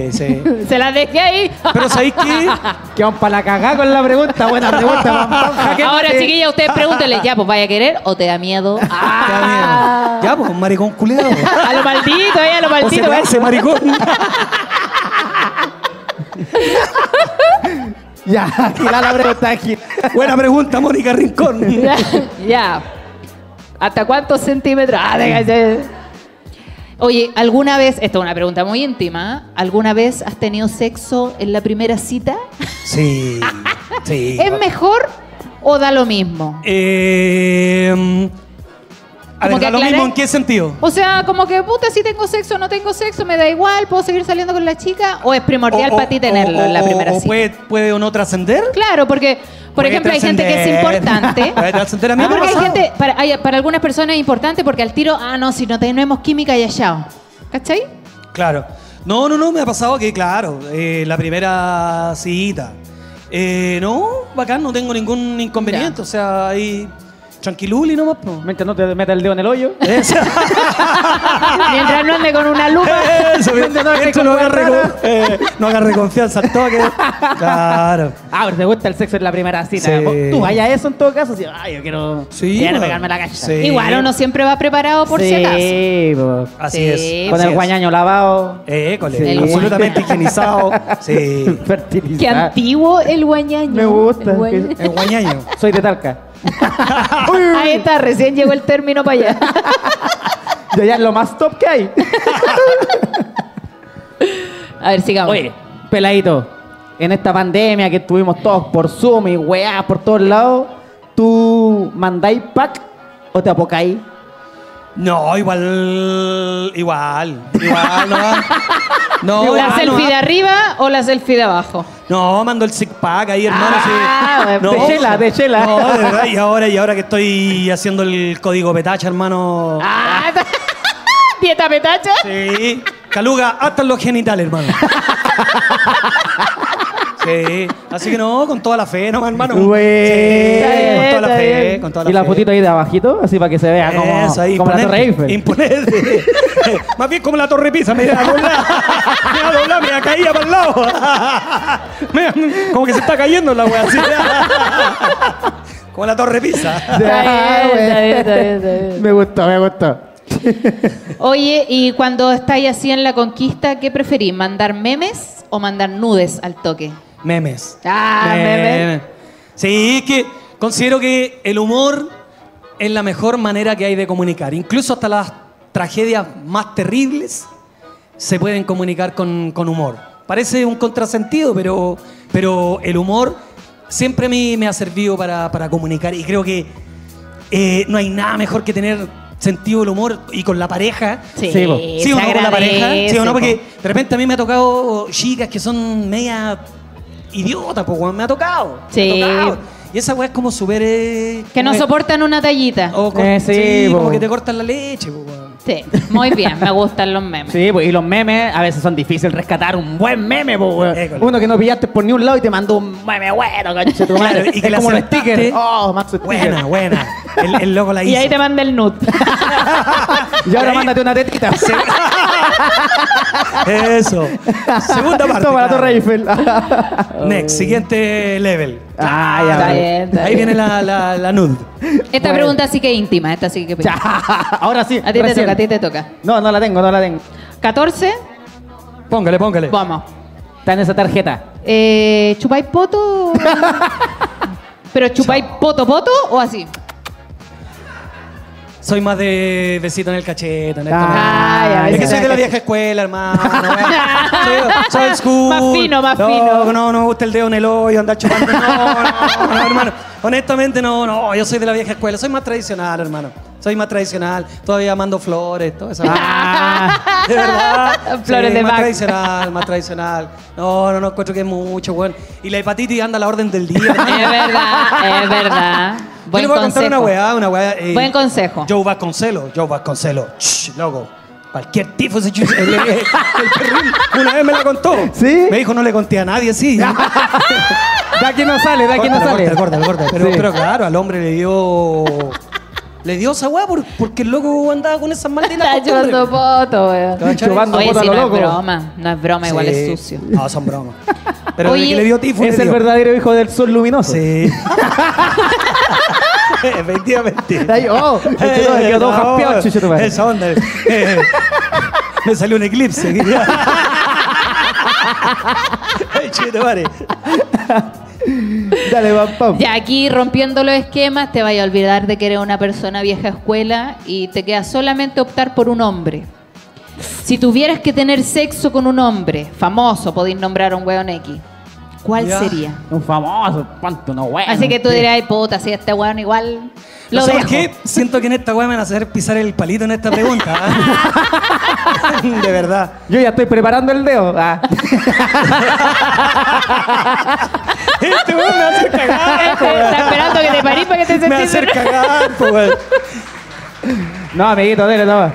Speaker 1: piensen.
Speaker 4: sí.
Speaker 2: Se la dejé ahí.
Speaker 4: Pero ¿sabéis qué?
Speaker 1: Que vamos para la cagá con la pregunta. Buena pregunta, papá.
Speaker 2: Ahora, chiquilla, ustedes pregúntenle, ya, pues vaya a querer o te da miedo.
Speaker 4: Te da
Speaker 2: Ah.
Speaker 4: miedo. Ya, pues, un maricón culeado.
Speaker 2: A lo maldito, eh, a lo
Speaker 4: O se
Speaker 2: maldito.
Speaker 4: te hace maricón.
Speaker 1: Ya, gilá la pregunta aquí.
Speaker 4: Buena pregunta, Mónica Rincón.
Speaker 2: ya, ya. ¿Hasta cuántos centímetros? Ah, deja de- Oye, ¿alguna vez, esto es una pregunta muy íntima, ¿eh? ¿alguna vez has tenido sexo en la primera cita?
Speaker 4: Sí. Sí.
Speaker 2: ¿Es mejor o da lo mismo?
Speaker 4: Eh, a
Speaker 2: Como
Speaker 4: ver,
Speaker 2: que
Speaker 4: da lo
Speaker 2: aclarar-
Speaker 4: mismo en qué sentido.
Speaker 2: O sea, como que, puta, si tengo sexo o no tengo sexo, me da igual, puedo seguir saliendo con la chica, o es primordial
Speaker 4: O- o-
Speaker 2: para ti tenerlo
Speaker 4: o-
Speaker 2: en la
Speaker 4: o-
Speaker 2: primera
Speaker 4: o
Speaker 2: cita.
Speaker 4: puede, puede o no trascender.
Speaker 2: Claro, porque, por
Speaker 4: Puede
Speaker 2: ejemplo, hay gente que es
Speaker 4: trascender.
Speaker 2: importante.
Speaker 4: Puede trascender, a mí
Speaker 2: No,
Speaker 4: me ha
Speaker 2: porque hay
Speaker 4: pasado.
Speaker 2: gente, para, hay- para algunas personas es importante porque al tiro, ah, no, si no tenemos química, ya chao. ¿Cachai?
Speaker 4: Claro. No, no, no, me ha pasado que, claro, eh, la primera cita. Eh, no, bacán, no tengo ningún inconveniente.
Speaker 2: Ya.
Speaker 4: O sea, ahí tranquiluli nomás. po. Eh,
Speaker 1: Mientras no te metas el dedo en el hoyo.
Speaker 4: Eso,
Speaker 2: Mientras no ande con una lupa.
Speaker 4: eso, bien,
Speaker 1: Mientras no
Speaker 4: bien,
Speaker 1: estés
Speaker 4: que no
Speaker 1: con
Speaker 4: agarre,
Speaker 1: guarrana.
Speaker 4: con- eh, no agarre confianza al toque. Claro.
Speaker 1: Ah, pero te gusta el sexo en la primera cita.
Speaker 4: Sí.
Speaker 1: Vos- Tú vaya a eso en todo caso. Si, ah, yo quiero,
Speaker 4: Sí,
Speaker 1: quiero
Speaker 4: bueno.
Speaker 1: pegarme la cacha.
Speaker 4: Sí.
Speaker 2: Igual uno siempre va preparado por si acaso.
Speaker 1: Sí, po.
Speaker 4: Así
Speaker 2: Sí,
Speaker 4: es.
Speaker 1: Con
Speaker 4: así
Speaker 1: el
Speaker 4: es.
Speaker 1: guañaño lavado.
Speaker 4: Eh, école,
Speaker 1: Sí.
Speaker 4: absolutamente
Speaker 2: El guaña.
Speaker 4: higienizado. Sí.
Speaker 1: Fertilizado.
Speaker 2: Qué
Speaker 4: Ah.
Speaker 2: antiguo el guañaño.
Speaker 1: Me gusta.
Speaker 2: El guañaño.
Speaker 4: El guañaño.
Speaker 1: Soy de Talca.
Speaker 2: Ahí está, recién llegó el término para allá.
Speaker 1: Yo ya es lo más top que hay.
Speaker 2: A ver, sigamos.
Speaker 1: Oye, peladito, en esta pandemia que estuvimos todos por Zoom y weá por todos lados, ¿tú mandáis pack o te apocáis?
Speaker 4: No, igual. Igual. Igual, no. No,
Speaker 2: ¿La
Speaker 4: igual,
Speaker 2: selfie
Speaker 4: no.
Speaker 2: de arriba o la selfie de abajo?
Speaker 4: No, mando el six pack ahí, hermano.
Speaker 1: Ah,
Speaker 4: sí.
Speaker 1: de chela, de chela.
Speaker 4: No, de verdad. Y ahora, y ahora que estoy haciendo el código petacha, hermano.
Speaker 2: Ah, ¿Dieta petacha?
Speaker 4: Sí. Caluga, hasta en los genitales, hermano. Sí. Así que no, con toda la fe, no, hermano.
Speaker 1: Güey.
Speaker 4: Sí,
Speaker 1: Está bien,
Speaker 4: con toda la
Speaker 1: está
Speaker 4: fe,
Speaker 1: bien.
Speaker 4: con toda la
Speaker 1: y la
Speaker 4: fe.
Speaker 1: fotito ahí de abajito, así para que se vea como,
Speaker 4: Eso, ahí,
Speaker 1: como la Torre
Speaker 4: imponente,
Speaker 1: Eiffel.
Speaker 4: imponente. Más bien como la torre pisa, me iba a doblar. Me iba a doblar, me iba a caía para el lado. Me- como que se está cayendo la wea así. como la torre pisa.
Speaker 2: Está
Speaker 4: Ah,
Speaker 2: bien, está bien, está bien, está bien.
Speaker 1: Me gustó, me gustó.
Speaker 2: Oye, y cuando estáis así en la conquista, ¿qué preferís? ¿Mandar memes o mandar nudes al toque?
Speaker 4: Memes.
Speaker 2: Ah, memes.
Speaker 4: Sí, es que considero que el humor es la mejor manera que hay de comunicar. Incluso hasta las tragedias más terribles se pueden comunicar con, con humor. Parece un contrasentido, pero, pero el humor siempre a mí me ha servido para, para comunicar y creo que eh, no hay nada mejor que tener sentido del humor y con la pareja
Speaker 1: Sí, po.
Speaker 4: Sí
Speaker 2: se
Speaker 4: o no con la
Speaker 2: agradece,
Speaker 4: pareja. Sí o no,
Speaker 2: po.
Speaker 4: porque de repente a mí me ha tocado chicas que son media idiotas, pues, weón. Me ha tocado.
Speaker 2: Sí.
Speaker 4: Me ha tocado. Y esa weá es como super. eh,
Speaker 2: Que no
Speaker 4: como-
Speaker 2: soportan una tallita.
Speaker 4: o con-
Speaker 1: Eh,
Speaker 4: sí,
Speaker 1: sí,
Speaker 4: como
Speaker 1: po.
Speaker 4: que te cortan la leche, pues, weón.
Speaker 2: Sí, muy bien, me gustan los memes.
Speaker 1: Sí, pues, y los memes a veces son difíciles rescatar un buen meme, pues, weón.
Speaker 4: École.
Speaker 1: Uno que no pillaste por ni un lado y te mandó un meme bueno, conche tu madre.
Speaker 4: Claro, y que
Speaker 1: es
Speaker 4: le
Speaker 1: como los
Speaker 4: acertaste.
Speaker 1: stickers. Oh, Max sticker.
Speaker 4: Buena, buena. El, el loco la hizo.
Speaker 2: Y ahí te manda el nude.
Speaker 1: Y ahora
Speaker 4: Ahí-
Speaker 1: mándate una tetita.
Speaker 4: Eso. Segunda parte.
Speaker 1: Toma la
Speaker 4: claro.
Speaker 1: Torre Eiffel.
Speaker 4: Next, siguiente level.
Speaker 1: Ah, ya,
Speaker 2: Está
Speaker 1: vale.
Speaker 2: bien, está
Speaker 4: Ahí
Speaker 2: bien.
Speaker 4: viene la, la, la nude.
Speaker 2: Esta
Speaker 1: Bueno.
Speaker 2: pregunta sí que es íntima, esta sí que...
Speaker 1: Ya, ahora sí.
Speaker 2: A ti te
Speaker 1: recién.
Speaker 2: toca, a ti te toca.
Speaker 1: No, no la tengo, no la tengo.
Speaker 2: 14,
Speaker 4: Póngale, póngale.
Speaker 2: vamos.
Speaker 1: Está en esa tarjeta.
Speaker 2: Eh, ¿Chupáis poto? ¿Pero chupáis poto poto o así?
Speaker 4: Soy más de besito en el cachete. En
Speaker 1: Ah,
Speaker 2: ya,
Speaker 4: es que
Speaker 2: besito
Speaker 4: soy
Speaker 2: en
Speaker 4: de
Speaker 2: el
Speaker 4: la vieja escuela, hermano. soy, soy old school.
Speaker 2: Más fino, más
Speaker 4: no,
Speaker 2: fino.
Speaker 4: No, no me gusta el dedo en el hoyo, andar chupando. No, no, no, hermano. Honestamente, no, no. Yo soy de la vieja escuela. Soy más tradicional, hermano. Soy más tradicional. Todavía mando flores, todo eso.
Speaker 1: Ah.
Speaker 4: De verdad.
Speaker 2: Flores
Speaker 4: Sí,
Speaker 2: de
Speaker 4: más
Speaker 2: Bach.
Speaker 4: tradicional, más tradicional. No, no, no, encuentro que es mucho, weón. Y la hepatitis anda a la orden del día. hermano.
Speaker 2: Es verdad, es verdad.
Speaker 4: Yo
Speaker 2: Buen
Speaker 4: le voy a contar
Speaker 2: consejo.
Speaker 4: una weá, una weá. eh,
Speaker 2: Buen consejo.
Speaker 4: Joe Vasconcelo, Joe Vasconcelo. Shh, loco. Cualquier tifo se chucha. El, el- el perril una vez me la contó.
Speaker 1: ¿Sí?
Speaker 4: Me dijo, no le conté a nadie, sí.
Speaker 1: De aquí no sale, de aquí no
Speaker 4: Córtala,
Speaker 1: sale.
Speaker 4: córtala, córtala, córtala. Pero,
Speaker 1: Sí.
Speaker 4: pero claro, al hombre le dio. Le dio esa weá por- porque el loco andaba con esas malditas
Speaker 2: Está
Speaker 4: costumbres.
Speaker 2: chupando poto, weón.
Speaker 4: ¿Cachai?
Speaker 1: Chupando
Speaker 2: Oye,
Speaker 1: poto a
Speaker 2: si
Speaker 1: lo
Speaker 2: no
Speaker 1: loco.
Speaker 2: es broma, no es broma, igual
Speaker 4: Sí.
Speaker 2: es sucio.
Speaker 4: No, son bromas. Pero
Speaker 2: Oye,
Speaker 4: desde que le dio tifo.
Speaker 1: Es
Speaker 4: le
Speaker 1: el
Speaker 4: dio.
Speaker 1: verdadero hijo del sol luminoso.
Speaker 4: Sí. Efectivamente. Eh,
Speaker 1: Ay, oh, el chuto me quedó todo
Speaker 4: No,
Speaker 1: jaspeado, chucho, tu madre.
Speaker 4: Esa onda. eh, me salió un eclipse. Ay, chucho, tu madre.
Speaker 1: Dale, pam, pam.
Speaker 2: Ya aquí rompiendo los esquemas te vaya a olvidar de que eres una persona vieja escuela y te queda solamente optar por un hombre. Si tuvieras que tener sexo con un hombre famoso, podéis nombrar a un weón X, ¿cuál
Speaker 4: Ya.
Speaker 2: sería?
Speaker 1: Un famoso, cuánto no bueno.
Speaker 2: Así que tú
Speaker 1: Sí.
Speaker 2: dirás, "Ay, puta, si este weón igual lo
Speaker 4: ¿No
Speaker 2: dejo".
Speaker 4: sabes qué? Siento que en esta weá me van a hacer pisar el palito en esta pregunta. ¿ah? De verdad.
Speaker 1: Yo ya estoy preparando el dedo. Ah.
Speaker 4: Este weón me va a hacer cagar. po,
Speaker 2: Está
Speaker 4: weón.
Speaker 2: esperando que te parís para que te
Speaker 4: Me va a
Speaker 2: sentís.
Speaker 4: hacer cagar, po, weón.
Speaker 1: No, amiguito, dale, toma.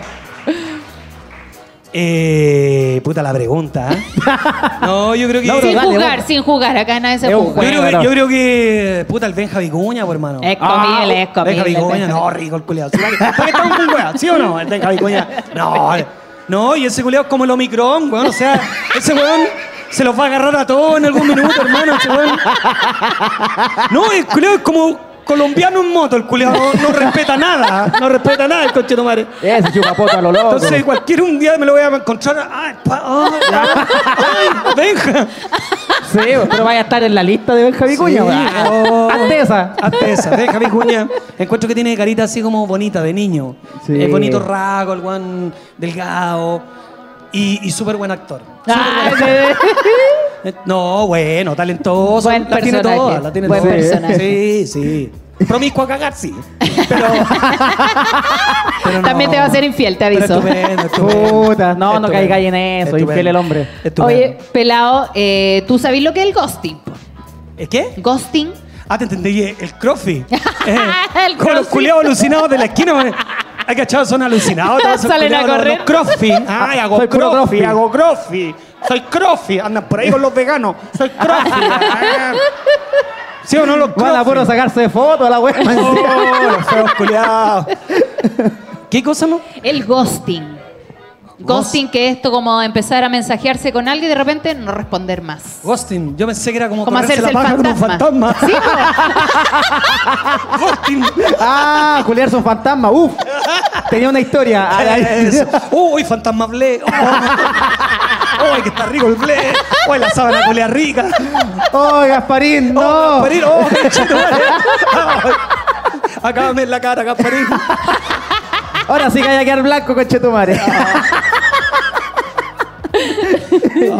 Speaker 4: Eh, puta la pregunta. ¿eh? No, yo creo que.
Speaker 1: Lauro,
Speaker 2: Sin
Speaker 1: Dale,
Speaker 2: jugar,
Speaker 1: vos.
Speaker 2: sin jugar, acá nadie se
Speaker 1: Es un
Speaker 2: juzga.
Speaker 4: Yo creo,
Speaker 1: Bueno,
Speaker 4: que,
Speaker 1: no.
Speaker 4: yo creo que. Puta, el Benja Vicuña, pues, hermano.
Speaker 2: Es comible, es comible.
Speaker 4: Benja Vicuña,
Speaker 2: Benja
Speaker 4: no, rico el culiado. ¿Para qué estamos con weá? ¿Sí o no? El Benja Vicuña. No, eh. no, y ese culiado es como el Omicron, weón. O sea, ese weón se los va a agarrar a todos en algún minuto, hermano. Ese weón. No, el culiado es como colombiano en moto. El culiado no, no respeta nada. No respeta nada el coche de madre.
Speaker 1: Ese chupapoto a lo loco.
Speaker 4: Entonces, cualquier un día me lo voy a encontrar. ¡Ay, pa, ay, ay, Benja!
Speaker 1: Sí, pero vaya a estar en la lista de Benja Vicuña.
Speaker 4: Sí,
Speaker 1: ah.
Speaker 4: oh.
Speaker 1: Hazte esa.
Speaker 4: Hazte esa, deja Vicuña. Encuentro que tiene carita así como bonita de niño.
Speaker 1: Sí.
Speaker 4: Es bonito rasgo, el guan delgado. Y, y súper buen actor.
Speaker 2: Ah, sí.
Speaker 4: Eh, No, bueno, talentoso.
Speaker 2: Buen
Speaker 4: la tiene
Speaker 2: personaje,
Speaker 4: toda, la tiene
Speaker 2: buen
Speaker 4: toda.
Speaker 2: personaje.
Speaker 4: Sí, sí. Promiscuo a cagar, sí. Pero. pero no.
Speaker 2: También te va a ser infiel, te
Speaker 4: Pero
Speaker 2: aviso.
Speaker 4: estupendo, estupendo.
Speaker 1: Puta, no, no
Speaker 4: Estupendo.
Speaker 1: caigáis en eso.
Speaker 4: Estupendo.
Speaker 1: Infiel el hombre.
Speaker 4: Estupendo.
Speaker 2: Oye, pelado, eh, ¿tú sabes lo que es el ghosting? po?
Speaker 4: ¿Eh, ¿Qué?
Speaker 2: Ghosting.
Speaker 4: Ah, te entendí, eh, el crofi. Eh,
Speaker 2: El
Speaker 4: con los
Speaker 2: crofi.
Speaker 4: culiados alucinados de la esquina. me- Ay, cachado, son alucinados. todos esos
Speaker 2: Salen a
Speaker 4: culiados, los-
Speaker 2: correr.
Speaker 4: Los crofi. Ay, hago
Speaker 1: Soy puro
Speaker 4: crofi,
Speaker 1: crofi.
Speaker 4: hago crofi. Soy crofi. Andan por ahí con los veganos. Soy crofi. Ah. ¿Sí o no los
Speaker 1: Van a
Speaker 4: crofi?
Speaker 1: puro sacarse fotos a la wea.
Speaker 4: Oh, los feos culiados. ¿Qué cosa, no?
Speaker 2: El ghosting. Ghosting que es esto como empezar a mensajearse con alguien y de repente no responder más.
Speaker 4: Ghosting. Yo pensé que era como,
Speaker 2: Como
Speaker 4: correrse
Speaker 2: hacerse
Speaker 4: la
Speaker 2: el
Speaker 4: paja con un
Speaker 2: fantasma. pues.
Speaker 4: fantasma. Ghosting.
Speaker 1: ah, Julián es un fantasma. Uf. Tenía una historia. Ah, ahí.
Speaker 4: Eso. Uy, fantasma ble. Oh. Uy, que está rico el ble. Uy, la sábana colea rica.
Speaker 1: Oh, Gasparín, no.
Speaker 4: Oh, Gasparín. Oh, qué chido, vale. Ay. Acábame en la cara, Gasparín.
Speaker 1: Ahora sí que hay que quedar blanco, conchetumare.
Speaker 4: Ah.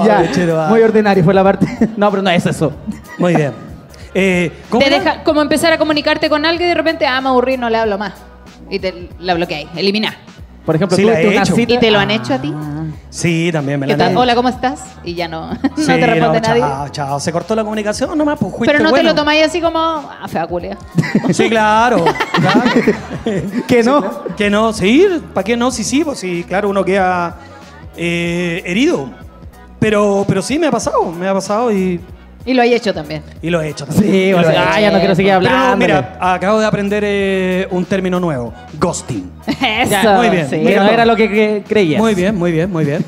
Speaker 1: ya,
Speaker 4: qué chido, ah.
Speaker 1: muy ordinario fue la parte. No, pero no es eso.
Speaker 4: Muy bien. Eh, ¿cómo
Speaker 2: Te
Speaker 4: era?
Speaker 2: deja- como empezar a comunicarte con alguien y de repente, ah, me aburrí, no le hablo más. Y te la bloqueáis, eliminá.
Speaker 1: Por ejemplo,
Speaker 4: Sí,
Speaker 1: tú
Speaker 4: la he
Speaker 1: tuviste una
Speaker 4: hecho.
Speaker 1: cita-
Speaker 2: ¿Y te lo han hecho a ti?
Speaker 4: Sí, también Ah, me
Speaker 2: ¿Qué
Speaker 4: la
Speaker 2: tal?
Speaker 4: leí.
Speaker 2: Hola, ¿cómo estás? Y ya no, no
Speaker 4: Sí,
Speaker 2: te responde nadie.
Speaker 4: Chao, chao. Se cortó la comunicación nomás, pues fuiste
Speaker 2: Pero no
Speaker 4: bueno.
Speaker 2: te lo tomáis así como, ah, fea culia.
Speaker 4: Sí, claro. claro.
Speaker 1: que no.
Speaker 4: Que no, sí, ¿para qué no? Sí, sí, pues sí, claro, uno queda eh, herido. Pero, pero sí, me ha pasado, me ha pasado y,
Speaker 2: Y lo hay hecho también.
Speaker 4: y lo he hecho. también.
Speaker 1: Sí,
Speaker 4: Y
Speaker 1: o
Speaker 4: lo he
Speaker 1: sea, ah,
Speaker 4: hecho.
Speaker 1: ya no quiero seguir
Speaker 4: Pero
Speaker 1: hablando.
Speaker 4: mira, acabo de aprender eh, un término nuevo, ghosting.
Speaker 2: Eso.
Speaker 4: muy bien.
Speaker 2: sí.
Speaker 1: que no era lo que, que creías.
Speaker 4: Muy bien, muy bien, muy bien.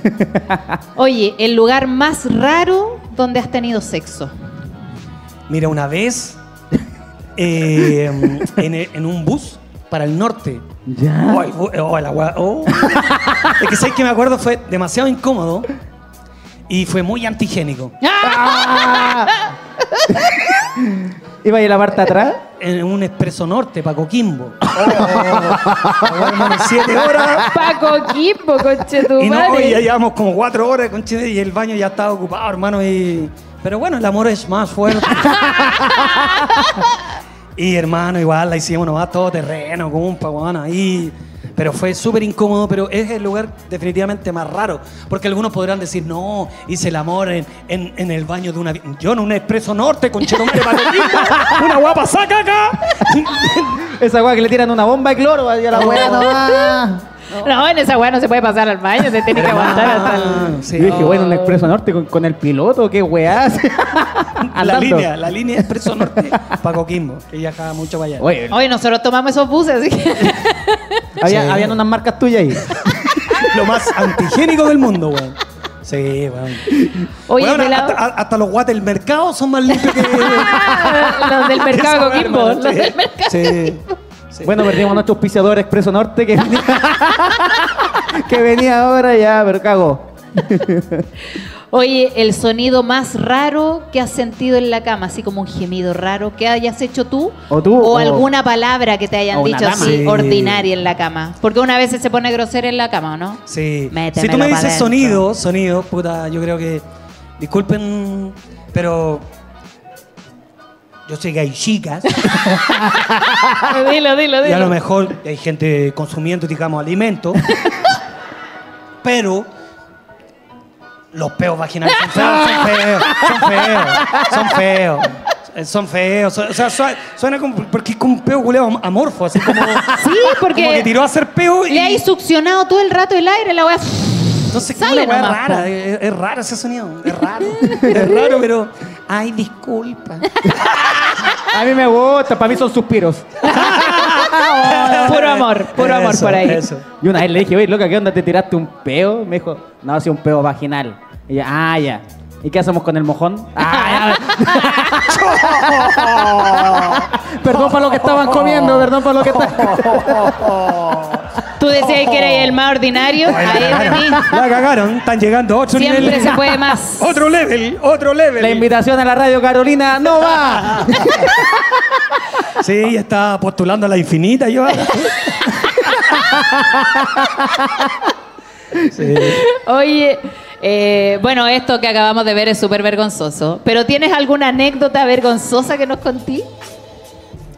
Speaker 2: Oye, el lugar más raro donde has tenido sexo.
Speaker 4: Mira, una vez eh, en, en un bus para el norte.
Speaker 1: Ya.
Speaker 4: Oh, el bu- oh, la wea- oh. Es que sabes que me acuerdo fue demasiado incómodo ¡Ah! y fue muy antigénico.
Speaker 2: ¡Ah!
Speaker 1: ¿Iba a ir a la parte de atrás?
Speaker 4: En un expreso norte, para Coquimbo. Llevamos siete horas.
Speaker 5: Paco Quimbo, coche tu
Speaker 4: Y no, y ya
Speaker 5: madre.
Speaker 4: llevamos como cuatro horas con Chile y el baño ya estaba ocupado, hermano. Y... Pero bueno, el amor es más fuerte. y hermano, igual la hicimos nomás todo terreno, con un paguán ahí. Pero fue súper incómodo, pero es el lugar definitivamente más raro. Porque algunos podrán decir, no, hice el amor en, en- en el baño de una. vi-". Yo en un expreso norte con Chetumare para Coquimbo, una guapa saca acá.
Speaker 1: Esa weá que le tiran una bomba de cloro y a la
Speaker 5: Oh.
Speaker 1: weá nomás.
Speaker 5: No, en esa weá no se puede pasar al baño, se tiene que aguantar hasta el...
Speaker 4: Sí.
Speaker 1: Yo dije, bueno, un expreso norte con, con el piloto, qué weá.
Speaker 4: La
Speaker 1: Andando.
Speaker 4: línea, la línea Expreso Norte para Coquimbo, que viajaba mucho para allá.
Speaker 1: Oye,
Speaker 5: Oye, nosotros tomamos esos buses, así que...
Speaker 1: había-
Speaker 4: Sí.
Speaker 1: habían unas marcas tuyas ahí.
Speaker 4: Lo más antigénico del mundo, weón. Sí, weón.
Speaker 5: Oye,
Speaker 4: Weón,
Speaker 5: de la-
Speaker 4: hasta, a- hasta los guates del mercado son más limpios que.
Speaker 5: los del mercado
Speaker 4: que esa
Speaker 5: Coquimbo,
Speaker 4: weá,
Speaker 5: los
Speaker 4: hermano. Sí,
Speaker 5: del mercado.
Speaker 4: Sí. sí.
Speaker 1: Bueno, perdimos a nuestro auspiciador Expreso Norte que venía, que venía ahora ya, pero cago.
Speaker 2: Oye, el sonido más raro que has sentido en la cama, así como un gemido raro que hayas hecho tú.
Speaker 1: O tú, o-
Speaker 2: alguna palabra que te hayan
Speaker 1: o una
Speaker 2: dicho
Speaker 1: dama.
Speaker 2: así,
Speaker 4: Sí.
Speaker 2: ordinaria en la cama. Porque una vez se pone grosera en la cama, ¿o ¿no?
Speaker 4: Sí.
Speaker 2: Métemelo
Speaker 4: si tú me
Speaker 2: pa'
Speaker 4: dices
Speaker 2: dentro.
Speaker 4: sonido, sonido, puta, yo creo que. Disculpen, pero. Yo soy gay chicas.
Speaker 5: Dilo, dilo,
Speaker 4: Y a lo
Speaker 5: dilo.
Speaker 4: mejor hay gente consumiendo, digamos, alimentos. pero los peos vaginales son feos, son feos, son feos. Son feos. Son feos. O sea, suena, suena como. Porque es como un peo culeo am- amorfo, así como.
Speaker 2: Sí, porque
Speaker 4: Como que tiró a hacer peo y.
Speaker 2: le hay succionado todo el rato el aire, la weá.
Speaker 4: No sé,
Speaker 2: Sale
Speaker 4: sale una weá
Speaker 2: nomás, po.
Speaker 4: rara. Es, es raro ese sonido. Es raro. es raro, pero. Ay, disculpa.
Speaker 1: A mí me gusta, para mí son suspiros.
Speaker 5: Puro amor, puro amor
Speaker 4: Eso,
Speaker 5: por ahí.
Speaker 4: eso.
Speaker 1: Y una vez le dije, oye, loca, ¿qué onda? ¿Te tiraste un peo? Me dijo, no, hacía un peo vaginal. Y yo, ah, ya. ¿Y qué hacemos con el mojón? Ah, ya. perdón para lo que estaban comiendo, perdón para lo que estaban...
Speaker 2: Tú decías que eres el más ordinario.
Speaker 4: Ay,
Speaker 2: Ahí
Speaker 4: la,
Speaker 2: de mí.
Speaker 4: cagaron, la cagaron, están llegando a otro nivel.
Speaker 2: Siempre se puede más.
Speaker 4: Otro level, otro level.
Speaker 1: La invitación a la radio Carolina no va.
Speaker 4: Sí, está postulando a la infinita yo. ahora. Sí.
Speaker 2: Oye, eh, bueno, esto que acabamos de ver es súper vergonzoso. ¿Pero tienes alguna anécdota vergonzosa que nos contí?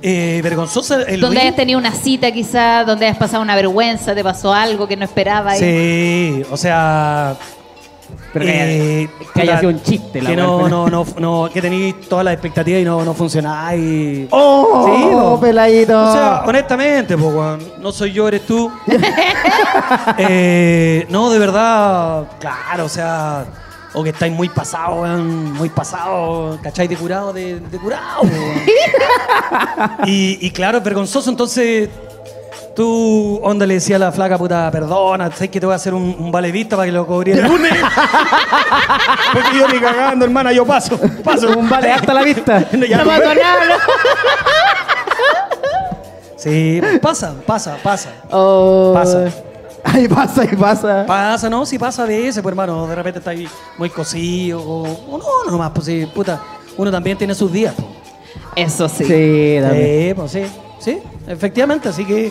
Speaker 4: Eh, vergonzosa el
Speaker 2: ¿Donde
Speaker 4: Luis.
Speaker 2: hayas tenido una cita quizá? ¿Donde hayas pasado una vergüenza? ¿Te pasó algo que no esperabas?
Speaker 4: Sí, o sea,
Speaker 1: Pero que,
Speaker 4: Eh,
Speaker 1: haya, que haya
Speaker 4: puta,
Speaker 1: sido un chiste, la
Speaker 4: que
Speaker 1: verdad.
Speaker 4: no, no, no, no, que tenéis todas las expectativas y no, no funcionaba y...
Speaker 1: ¡Oh,
Speaker 4: Sí, po.
Speaker 1: peladito!
Speaker 4: O sea, honestamente, po, weón, no soy yo, eres tú. Eh, no, de verdad, claro, o sea, o que estáis muy pasado, weón, muy pasado, ¿cachai? De curado, de, de curado, po, weón. y, y claro, es vergonzoso, entonces tú, onda, le decía a la flaca, puta, perdona, sé que te voy a hacer un, un vale vista para que lo cobre el lunes. Porque yo ni cagando, hermana, yo paso, paso. Ah.
Speaker 1: un vale hasta la vista.
Speaker 4: Ya tuve. Sí, pasa, pasa, pasa. Pasa.
Speaker 1: Oh. Ahí pasa, ahí pasa.
Speaker 4: Pasa, no, si pasa a veces, pues hermano, de repente está ahí muy cosido, o, o no, no nomás, pues sí, puta, uno también tiene sus días, pues.
Speaker 2: Eso sí.
Speaker 1: Sí, dame.
Speaker 4: Sí, pues sí, sí, efectivamente, así que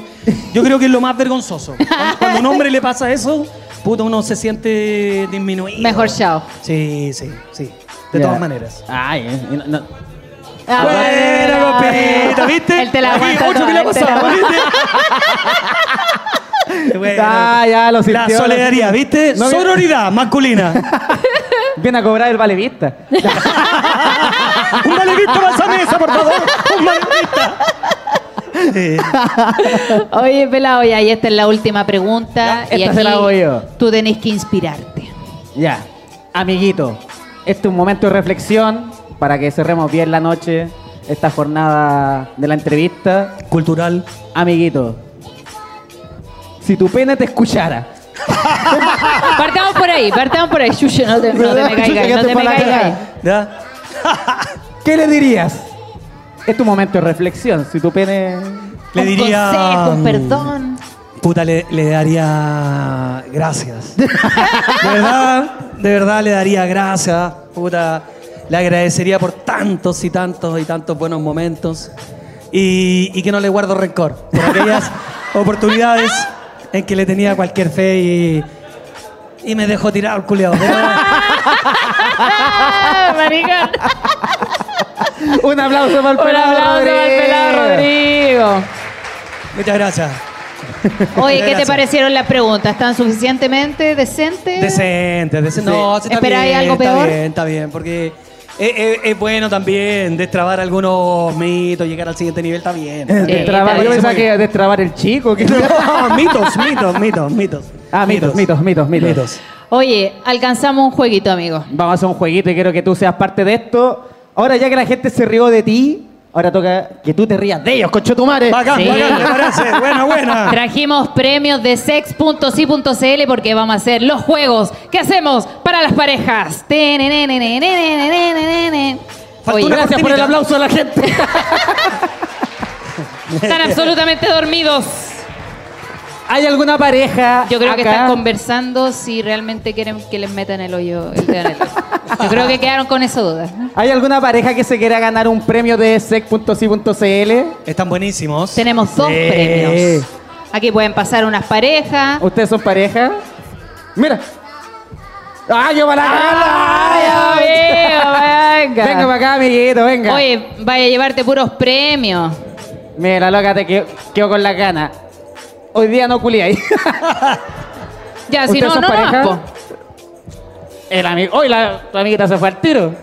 Speaker 4: yo creo que es lo más vergonzoso. Cuando, cuando a un hombre le pasa eso, puta, uno se siente disminuido.
Speaker 2: Mejor chao.
Speaker 4: Sí, sí, sí, de
Speaker 1: Ya.
Speaker 4: todas maneras.
Speaker 1: Ay, eh, no, no.
Speaker 2: Ah,
Speaker 4: Buena,
Speaker 2: bueno.
Speaker 4: copita, ¿viste?
Speaker 2: Él te la
Speaker 4: Aquí,
Speaker 2: aguanta
Speaker 4: ocho que le ha
Speaker 2: toda, él te la
Speaker 4: pasado,
Speaker 2: aguanta.
Speaker 4: ¿viste? Bueno,
Speaker 1: Ah, ya, lo
Speaker 4: La
Speaker 1: sintió, lo
Speaker 4: solidaridad,
Speaker 1: sintió.
Speaker 4: ¿viste?
Speaker 1: No, bien.
Speaker 4: Sororidad masculina.
Speaker 1: Viene a cobrar el vale vista.
Speaker 4: ¡Un malevista para esa mesa, por favor! ¡Un malevista! Eh,
Speaker 2: Oye, pelado, ya, y esta es la última pregunta.
Speaker 1: Ya,
Speaker 2: y
Speaker 1: esta
Speaker 2: aquí
Speaker 1: se la hago yo.
Speaker 2: Tú tenés que inspirarte.
Speaker 1: Ya, amiguito, este es un momento de reflexión para que cerremos bien la noche, esta jornada de la entrevista.
Speaker 4: Cultural.
Speaker 1: Amiguito, si tu pene te escuchara,
Speaker 2: Partamos por ahí, partamos por ahí. Chucho, no te, no te me caigas, no te me caigas.
Speaker 4: ¿Ya?
Speaker 1: ¿qué le dirías? Es tu momento de reflexión, si tu pene...
Speaker 4: Le
Speaker 2: Un
Speaker 4: diría.
Speaker 2: consejo, un
Speaker 4: mm,
Speaker 2: perdón.
Speaker 4: Puta, le, le daría. Gracias. De verdad, de verdad le daría gracias. Puta. Le agradecería por tantos y tantos y tantos buenos momentos. Y, y que no le guardo rencor por aquellas oportunidades en que le tenía cualquier fe y, y me dejó tirado el culiado.
Speaker 5: ¡Ah, maricón!
Speaker 1: Un aplauso para el
Speaker 5: Un
Speaker 1: pelado
Speaker 5: aplauso
Speaker 1: Rodríguez.
Speaker 5: al pelado Rodrigo.
Speaker 4: muchas gracias.
Speaker 2: Oye, ¿qué te
Speaker 4: Gracias.
Speaker 2: parecieron las preguntas? ¿Están suficientemente decentes?
Speaker 4: Decente, decente. No, sí, está
Speaker 2: ¿Esperáis
Speaker 4: bien,
Speaker 2: algo
Speaker 4: está
Speaker 2: peor?
Speaker 4: bien, está bien, porque es, es- es bueno también destrabar algunos mitos, llegar al siguiente nivel, está bien.
Speaker 2: Sí,
Speaker 1: Destrabar-
Speaker 2: está
Speaker 1: Eh, yo
Speaker 2: bien.
Speaker 1: pensaba que iba a destrabar el chico. que-
Speaker 4: Eh, No, mitos, mitos, mitos, mitos.
Speaker 1: Ah, mitos, mitos, mitos, mitos.
Speaker 2: Oye, alcanzamos un jueguito, amigo.
Speaker 1: Vamos a hacer un jueguito y quiero que tú seas parte de esto. Ahora ya que la gente se rió de ti, ahora toca que tú te rías de ellos, concho tu madre.
Speaker 4: Bacán,
Speaker 2: Sí.
Speaker 4: bacán, me parece. Buena, buena.
Speaker 2: Trajimos premios de sex.si.cl porque vamos a hacer los juegos que hacemos para las parejas.
Speaker 4: Faltó
Speaker 2: Oye,
Speaker 4: una
Speaker 1: Gracias por el
Speaker 4: cortinita.
Speaker 1: aplauso a la gente.
Speaker 2: están absolutamente dormidos.
Speaker 1: ¿Hay alguna pareja
Speaker 2: Yo creo que
Speaker 1: acá?
Speaker 2: están conversando si realmente quieren que les metan el hoyo el dedo en el hoyo. Yo creo que quedaron con esa duda.
Speaker 1: ¿Hay alguna pareja que se quiera ganar un premio de sec.si.cl?
Speaker 4: Están buenísimos.
Speaker 2: Tenemos dos premios. Aquí pueden pasar unas parejas.
Speaker 1: ¿Ustedes son pareja? Mira. ¡Ay, yo para la
Speaker 5: ¡Ah,
Speaker 1: cara!
Speaker 5: amigo, venga!
Speaker 1: Venga para acá, amiguito, venga.
Speaker 2: Oye, vaya a llevarte puros premios.
Speaker 1: Mira, loca, te quedo, quedo con las ganas. Hoy día no culiáis.
Speaker 2: Ya, Ah, si no,
Speaker 1: son
Speaker 2: no,
Speaker 1: pareja?
Speaker 2: no. po.
Speaker 1: El amigo. Hoy la tu amiguita se fue al tiro.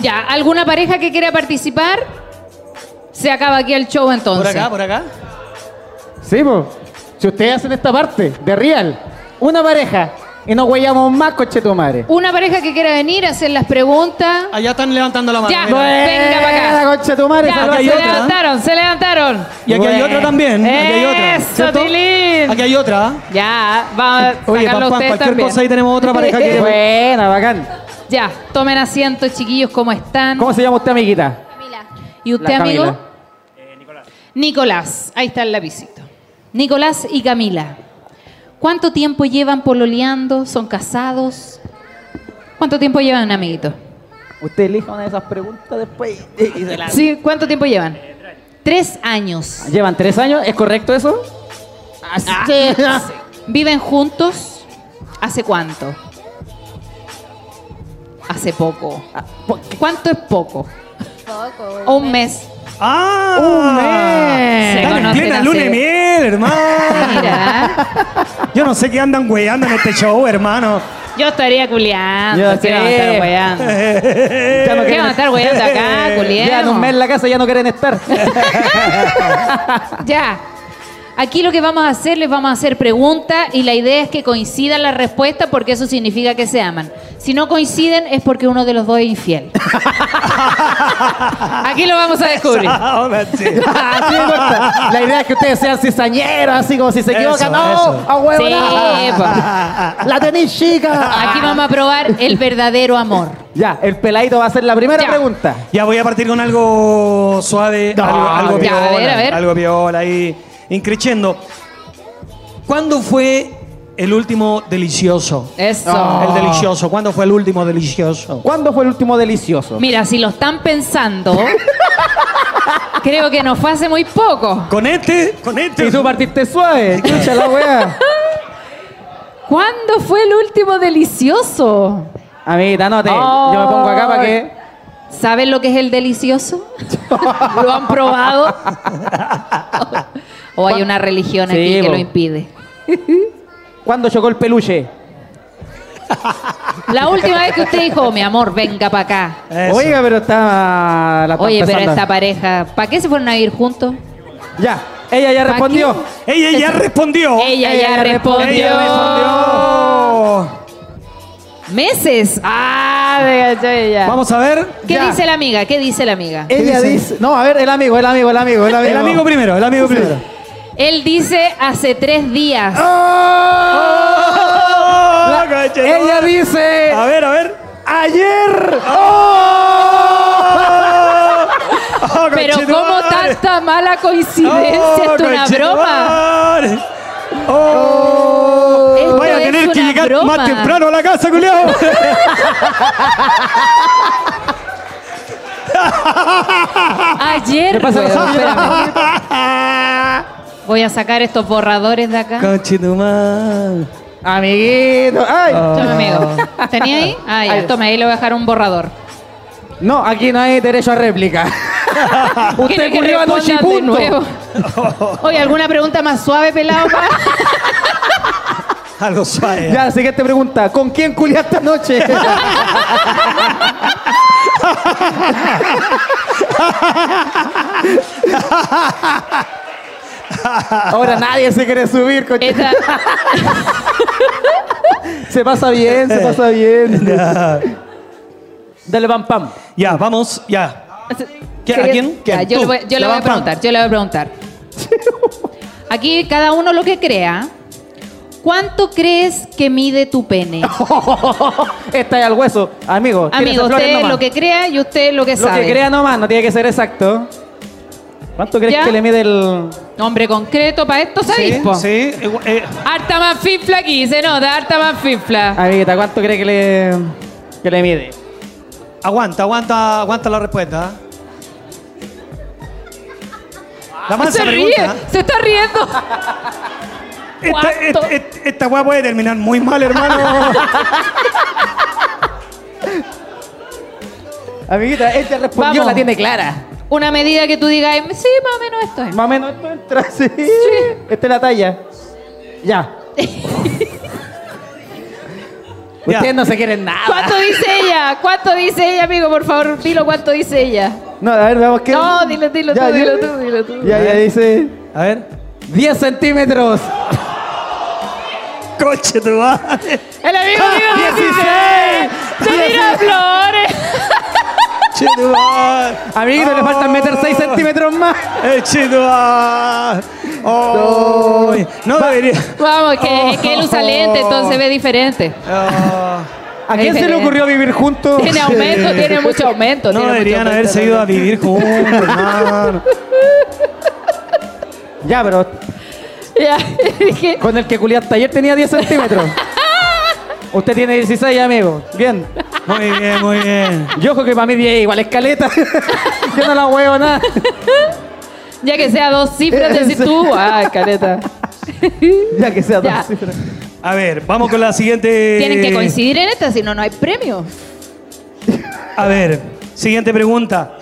Speaker 2: Ya, ¿alguna pareja que quiera participar? Se acaba aquí el show
Speaker 4: Por
Speaker 2: entonces.
Speaker 4: acá, por acá.
Speaker 1: Sí, po. Si ustedes hacen esta parte de real, una pareja y nos huellamos más, coche tu madre.
Speaker 2: Una pareja que quiera venir a hacer las preguntas.
Speaker 4: Allá están levantando la mano.
Speaker 2: Ya.
Speaker 4: mira.
Speaker 2: venga pa' acá.
Speaker 1: coche tu madre.
Speaker 2: Ya,
Speaker 4: acá hay
Speaker 2: se
Speaker 4: otra.
Speaker 2: levantaron, se levantaron.
Speaker 4: Y aquí hay otra también. Aquí hay otra.
Speaker 2: Eso,
Speaker 4: ¿cierto?
Speaker 2: Tilín.
Speaker 4: Aquí hay otra.
Speaker 2: Ya, va a sacarlo
Speaker 4: Oye, papá,
Speaker 2: ustedes
Speaker 4: cualquier
Speaker 2: también.
Speaker 4: cosa ahí tenemos otra pareja que-
Speaker 1: Buena, bacán.
Speaker 2: ya, tomen asiento, chiquillos, ¿cómo están?
Speaker 1: ¿Cómo se llama usted, amiguita?
Speaker 2: ¿Y usted,
Speaker 1: La
Speaker 2: amigo?
Speaker 1: Camila.
Speaker 2: Eh, Nicolás. Ahí está el lapicito. Nicolás y Camila. ¿Cuánto tiempo llevan pololeando? ¿Son casados? ¿Cuánto tiempo llevan, amiguito?
Speaker 1: Usted elija una de esas preguntas después y, y se la...
Speaker 2: Sí, ¿cuánto tiempo llevan? Eh, Tres años.
Speaker 1: ¿Llevan tres años? ¿Es correcto eso?
Speaker 4: Ah,
Speaker 1: Así
Speaker 2: Ah, ¿Viven juntos? ¿Hace cuánto? Hace poco.
Speaker 4: Ah,
Speaker 2: ¿Cuánto es poco?
Speaker 6: Poco.
Speaker 2: O un mes.
Speaker 4: ¡Ah!
Speaker 1: Un mes.
Speaker 2: Se
Speaker 4: Están en
Speaker 2: conocen
Speaker 4: plena
Speaker 2: hace-
Speaker 4: luna de miel, hermano.
Speaker 2: Mira,
Speaker 4: Yo no sé qué andan weyando en este show, hermano.
Speaker 2: yo estaría culeando.
Speaker 1: Yo
Speaker 2: ¿Qué
Speaker 1: sé.
Speaker 2: vamos a estar weando?
Speaker 1: Ya no
Speaker 2: ¿Qué van a estar weyando acá,
Speaker 1: Llevan un mes
Speaker 2: culiemos?
Speaker 1: en la casa y ya no quieren estar.
Speaker 2: Ya. Aquí lo que vamos a hacer, les vamos a hacer preguntas y la idea es que coincidan las respuestas porque eso significa que se aman. Si no coinciden es porque uno de los dos es infiel. Aquí lo vamos a descubrir.
Speaker 4: Ahora sí.
Speaker 1: Así me gusta. La idea es que ustedes sean cizañeros, así como si se
Speaker 4: Eso,
Speaker 1: equivocan. ¡No!
Speaker 4: eso.
Speaker 1: ¡A huevo!
Speaker 2: Sí, pues.
Speaker 1: no! ¡La tenéis chica!
Speaker 2: Aquí vamos a probar el verdadero amor.
Speaker 1: Ya, el peladito va a hacer la primera
Speaker 2: Ya.
Speaker 1: pregunta.
Speaker 4: Ya voy a partir con algo suave,
Speaker 1: No,
Speaker 4: algo, algo
Speaker 1: ya,
Speaker 4: piola,
Speaker 2: a ver, a ver.
Speaker 4: algo piola ahí, increciendo. ¿Cuándo fue el último delicioso?
Speaker 2: Eso.
Speaker 1: Ah.
Speaker 4: El delicioso, ¿cuándo fue el último delicioso?
Speaker 1: ¿Cuándo fue el último delicioso?
Speaker 2: Mira, si lo están pensando, creo que nos fue hace muy poco.
Speaker 4: Con este, con
Speaker 1: Y
Speaker 4: este.
Speaker 1: tú partiste suave. Escucha la wea.
Speaker 2: ¿Cuándo fue el último delicioso?
Speaker 1: Amiguita, no te. Yo me pongo acá para que.
Speaker 2: ¿Saben lo que es el delicioso? ¿Lo han probado? ¿O hay una religión aquí
Speaker 1: Sí,
Speaker 2: que
Speaker 1: po.
Speaker 2: lo impide?
Speaker 1: ¿Cuándo chocó el peluche?
Speaker 2: La última vez que usted dijo, mi amor, venga para acá.
Speaker 4: Eso.
Speaker 1: Oiga, pero está. La está
Speaker 2: Oye, pero
Speaker 1: empezando.
Speaker 2: esta pareja, ¿para qué se fueron a vivir juntos?
Speaker 1: Ya, ella ya
Speaker 2: ¿Pa'
Speaker 1: respondió.
Speaker 2: qué?
Speaker 4: ella ya respondió.
Speaker 2: Ella ya
Speaker 4: Ella
Speaker 2: respondió.
Speaker 1: Ah.
Speaker 4: respondió.
Speaker 2: Meses. Ah,
Speaker 5: Venga, che, ya.
Speaker 4: Vamos a ver.
Speaker 2: ¿Qué
Speaker 1: Ya. Eh.
Speaker 2: dice la amiga? ¿Qué dice la amiga?
Speaker 1: Ella
Speaker 4: dice?
Speaker 1: dice. No, a ver, el amigo, el amigo, el amigo, el amigo.
Speaker 4: El amigo primero, el amigo primero.
Speaker 2: Él dice hace tres días.
Speaker 4: ¡Oh!
Speaker 1: La-
Speaker 4: Conche-
Speaker 1: ella dice.
Speaker 4: A ver, a ver.
Speaker 1: ¡Ayer!
Speaker 4: ¡Oh!
Speaker 1: Ah,
Speaker 4: ¡Oh,
Speaker 2: Pero
Speaker 4: conchetumare!
Speaker 2: ¿cómo tanta mala coincidencia?
Speaker 4: ¡Oh,
Speaker 2: Esto es
Speaker 1: Ah,
Speaker 2: una broma.
Speaker 4: conchetumare! ¡Oh!
Speaker 2: Esto
Speaker 4: Vaya a
Speaker 2: es
Speaker 4: tener que
Speaker 2: una
Speaker 4: llegar
Speaker 2: broma.
Speaker 4: más temprano a la casa, culiao.
Speaker 2: Ayer,
Speaker 1: Me pasa la
Speaker 2: weón,
Speaker 1: sábana.
Speaker 2: espérame. Voy a sacar estos borradores de acá.
Speaker 4: Conchetumal.
Speaker 1: Amiguito. Ay.
Speaker 2: Toma, amigo. ¿Tenía ahí? Ah, ya.
Speaker 1: Ahí.
Speaker 2: Toma, ahí le voy a dejar un borrador.
Speaker 1: No, aquí no hay derecho a réplica.
Speaker 2: ¿Quiere
Speaker 1: Usted
Speaker 2: que
Speaker 1: corrió a
Speaker 2: responda
Speaker 1: noche y
Speaker 2: de
Speaker 1: punto.
Speaker 2: nuevo? Oye, ¿alguna pregunta más suave, pelado?
Speaker 4: Algo suave.
Speaker 1: Ya, siguiente pregunta. ¿Con quién culiaste anoche? Ahora nadie se quiere subir, coche.
Speaker 2: Esta-
Speaker 1: Se pasa bien, se pasa bien. Dale, pam, pam.
Speaker 4: Ya, vamos, ya. ¿Qué- a quién?
Speaker 2: Ya,
Speaker 4: ¿Quién?
Speaker 2: Yo, le
Speaker 4: Tú,
Speaker 2: voy, yo le
Speaker 4: la
Speaker 2: voy a
Speaker 4: Van Pam.
Speaker 2: preguntar, yo le voy a preguntar. Aquí cada uno lo que crea. ¿Cuánto crees que mide tu pene?
Speaker 1: Esta es al hueso. Amigo, tírese
Speaker 2: Amigo,
Speaker 1: flores
Speaker 2: usted
Speaker 1: nomás.
Speaker 2: lo que crea y usted lo que
Speaker 1: Lo
Speaker 2: sabe.
Speaker 1: que crea nomás, no tiene que ser exacto. ¿Cuánto crees
Speaker 2: ¿Ya?
Speaker 1: que le mide el...?
Speaker 2: Hombre concreto, para esto sabéis, po.
Speaker 4: Sí, eh, eh,
Speaker 2: Harta más fifla aquí, se nota, harta más fifla.
Speaker 1: Amiguita, ¿cuánto crees que le, que le mide?
Speaker 4: aguanta, aguanta, aguanta la respuesta. La mansa
Speaker 2: Se ríe,
Speaker 4: Ah, pregunta.
Speaker 2: se está riendo.
Speaker 4: Esta,
Speaker 2: ¿Cuánto?
Speaker 4: esta, esta- esta weá puede terminar muy mal, hermano.
Speaker 1: Amiguita, ella respondió,
Speaker 2: Vamos.
Speaker 1: la tiene clara.
Speaker 2: Una medida que tú digas, sí, más o menos esto es.
Speaker 1: Más o menos esto entra, sí. Esta es la talla. Ya.
Speaker 4: Ya.
Speaker 1: Ustedes no se quieren nada.
Speaker 2: ¿Cuánto dice ella? ¿Cuánto dice ella, amigo? Por favor, dilo cuánto dice ella.
Speaker 1: No, a ver, veamos qué.
Speaker 2: No, dilo, dilo
Speaker 1: Ya,
Speaker 2: tú,
Speaker 1: ya.
Speaker 2: dilo tú, dilo tú.
Speaker 1: Ya, ya dice.
Speaker 4: A ver.
Speaker 1: 10 centímetros.
Speaker 4: Coche, tu madre.
Speaker 2: El amigo
Speaker 4: Ah,
Speaker 2: mío
Speaker 1: 16.
Speaker 2: se tira flores.
Speaker 4: Che, tu madre.
Speaker 1: Amiguito, le faltan meter
Speaker 2: Oh.
Speaker 1: 6 centímetros más.
Speaker 4: Eh, che, tu madre. Oh. No debería.
Speaker 2: Vamos, que,
Speaker 4: Oh,
Speaker 2: es que él usa lente, entonces ve diferente.
Speaker 4: Ah.
Speaker 1: ¿A quién se le
Speaker 2: diferente.
Speaker 1: ocurrió vivir juntos?
Speaker 2: Tiene aumento, tiene mucho aumento.
Speaker 4: Oh, no
Speaker 2: tiene mucho
Speaker 4: deberían
Speaker 2: aumento,
Speaker 4: haberse ido a
Speaker 2: realmente.
Speaker 4: vivir juntos, hermano.
Speaker 1: Ya, pero
Speaker 2: Ya, dije,
Speaker 1: con el que culiaste ayer tenía 10 centímetros. Usted tiene 16, amigo. Bien.
Speaker 4: Muy bien, muy bien.
Speaker 1: Y ojo que para mí 10 igual escaleta. Yo no la huevo nada.
Speaker 2: ya que sea dos cifras, decís tú. Ah, careta.
Speaker 1: Ya que sea
Speaker 2: Ya.
Speaker 1: dos cifras.
Speaker 4: A ver, vamos con la siguiente.
Speaker 2: Tienen
Speaker 1: Eh,
Speaker 2: que coincidir en esta, si no, no hay premio.
Speaker 4: A ver, siguiente pregunta.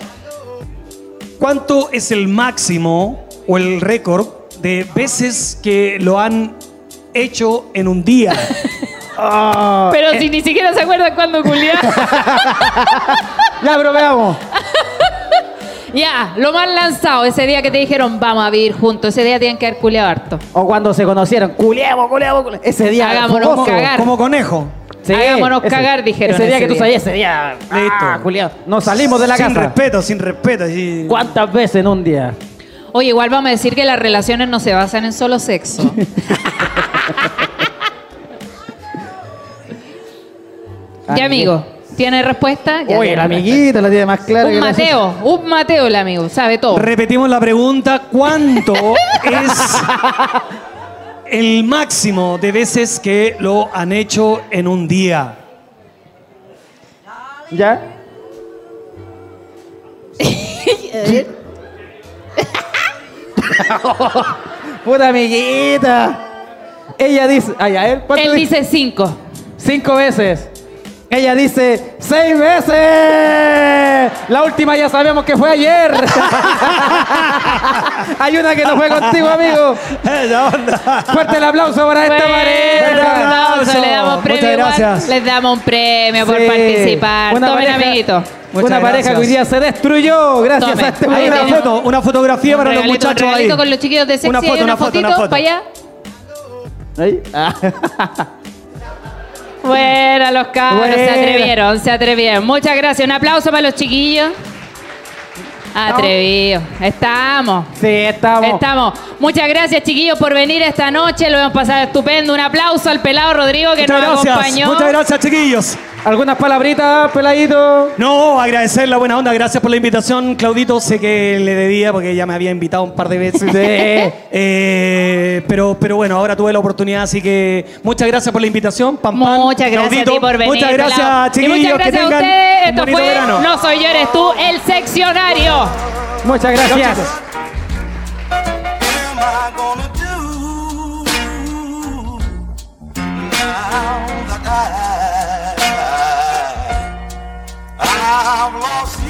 Speaker 4: ¿Cuánto es el máximo o el récord de veces que lo han hecho en un día?
Speaker 1: Ah.
Speaker 2: Pero si ni siquiera se acuerdan cuándo Julián.
Speaker 1: Ya, pero veamos.
Speaker 2: ya, lo más lanzado, ese día que te dijeron vamos a vivir juntos, ese día tienen que haber culiado harto.
Speaker 1: O cuando se conocieron. Culeamos, culeamos, culeamos. Ese día.
Speaker 2: Hagámonos
Speaker 1: fogoso.
Speaker 2: cagar.
Speaker 4: Como conejo.
Speaker 2: Hagámonos cagar, dijeron
Speaker 1: Ese día
Speaker 2: ese
Speaker 1: que tú
Speaker 2: día.
Speaker 1: salías, ese día. Ah,
Speaker 4: Listo.
Speaker 1: culiao. Nos salimos de la
Speaker 4: sin
Speaker 1: casa.
Speaker 4: respeto, sin respeto. así.
Speaker 1: ¿Cuántas veces en un día?
Speaker 2: Oye, igual vamos a decir que las relaciones no se basan en solo sexo. ya, amigo. ¿Tiene respuesta? Ya
Speaker 1: Oye,
Speaker 2: tiene
Speaker 1: la
Speaker 2: respuesta.
Speaker 1: amiguita la tiene más clara.
Speaker 2: Un
Speaker 1: que la-
Speaker 2: Mateo, un Mateo el amigo, sabe todo.
Speaker 4: Repetimos la pregunta. ¿Cuánto es el máximo de veces que lo han hecho en un día?
Speaker 1: ¿Ya? Puta amiguita. Ella dice. Ay, a él, ¿cuánto
Speaker 2: Él dice cinco.
Speaker 1: Cinco veces. Ella dice, seis veces. La última ya sabemos que fue ayer. Hay una que no fue contigo, amigo.
Speaker 4: Esa onda.
Speaker 1: Fuerte el aplauso para esta
Speaker 2: Bueno,
Speaker 4: fuerte
Speaker 2: un
Speaker 1: pareja.
Speaker 2: aplauso, le damos
Speaker 4: Muchas
Speaker 2: premio. igual,
Speaker 4: gracias.
Speaker 2: Les damos un premio por
Speaker 1: Sí.
Speaker 2: participar.
Speaker 1: Una
Speaker 2: Tomen,
Speaker 1: pareja-
Speaker 2: amiguito.
Speaker 4: Muchas
Speaker 1: una pareja
Speaker 4: gracias.
Speaker 1: que hoy día se destruyó gracias
Speaker 2: Tomen.
Speaker 1: a este
Speaker 2: Ahí
Speaker 4: Hay una
Speaker 2: tenemos.
Speaker 1: programa.
Speaker 4: foto, una fotografía para los
Speaker 2: regalito,
Speaker 4: muchachos.
Speaker 2: regalito
Speaker 4: ahí.
Speaker 2: con los chiquillos de sexy.
Speaker 4: Una foto,
Speaker 2: hay una,
Speaker 4: una foto,
Speaker 2: fotito
Speaker 4: una foto.
Speaker 2: para allá.
Speaker 1: Ahí. Ah.
Speaker 2: Buena, los cabros, se
Speaker 1: Buena.
Speaker 2: atrevieron, se atrevieron. Muchas gracias. Un aplauso para los chiquillos. Atrevido. Estamos.
Speaker 1: Sí, estamos.
Speaker 2: Estamos. Muchas gracias, chiquillos, por venir esta noche. Lo hemos pasado estupendo. Un aplauso al pelado Rodrigo que
Speaker 4: Muchas
Speaker 2: nos
Speaker 4: gracias.
Speaker 2: acompañó.
Speaker 4: Muchas gracias, chiquillos.
Speaker 1: ¿Algunas palabritas, peladito?
Speaker 4: No, agradecer la buena onda, gracias por la invitación, Claudito. Sé que le debía porque ya me había invitado un par de veces. Eh, pero, pero bueno, ahora tuve la oportunidad, así que muchas gracias por la invitación. Pam, pam.
Speaker 5: Muchas gracias a ti
Speaker 4: Claudito,
Speaker 5: por venir.
Speaker 4: Muchas
Speaker 5: pelado.
Speaker 4: gracias,
Speaker 5: Y
Speaker 4: chiquillos.
Speaker 5: muchas gracias
Speaker 4: que tengan
Speaker 5: a ustedes.
Speaker 4: un
Speaker 5: Esto
Speaker 4: bonito
Speaker 5: fue
Speaker 4: verano.
Speaker 5: No soy yo, eres tú, el seccionario.
Speaker 1: Muchas gracias.
Speaker 4: Chao, chicos.
Speaker 6: am I gonna do now that I, I've lost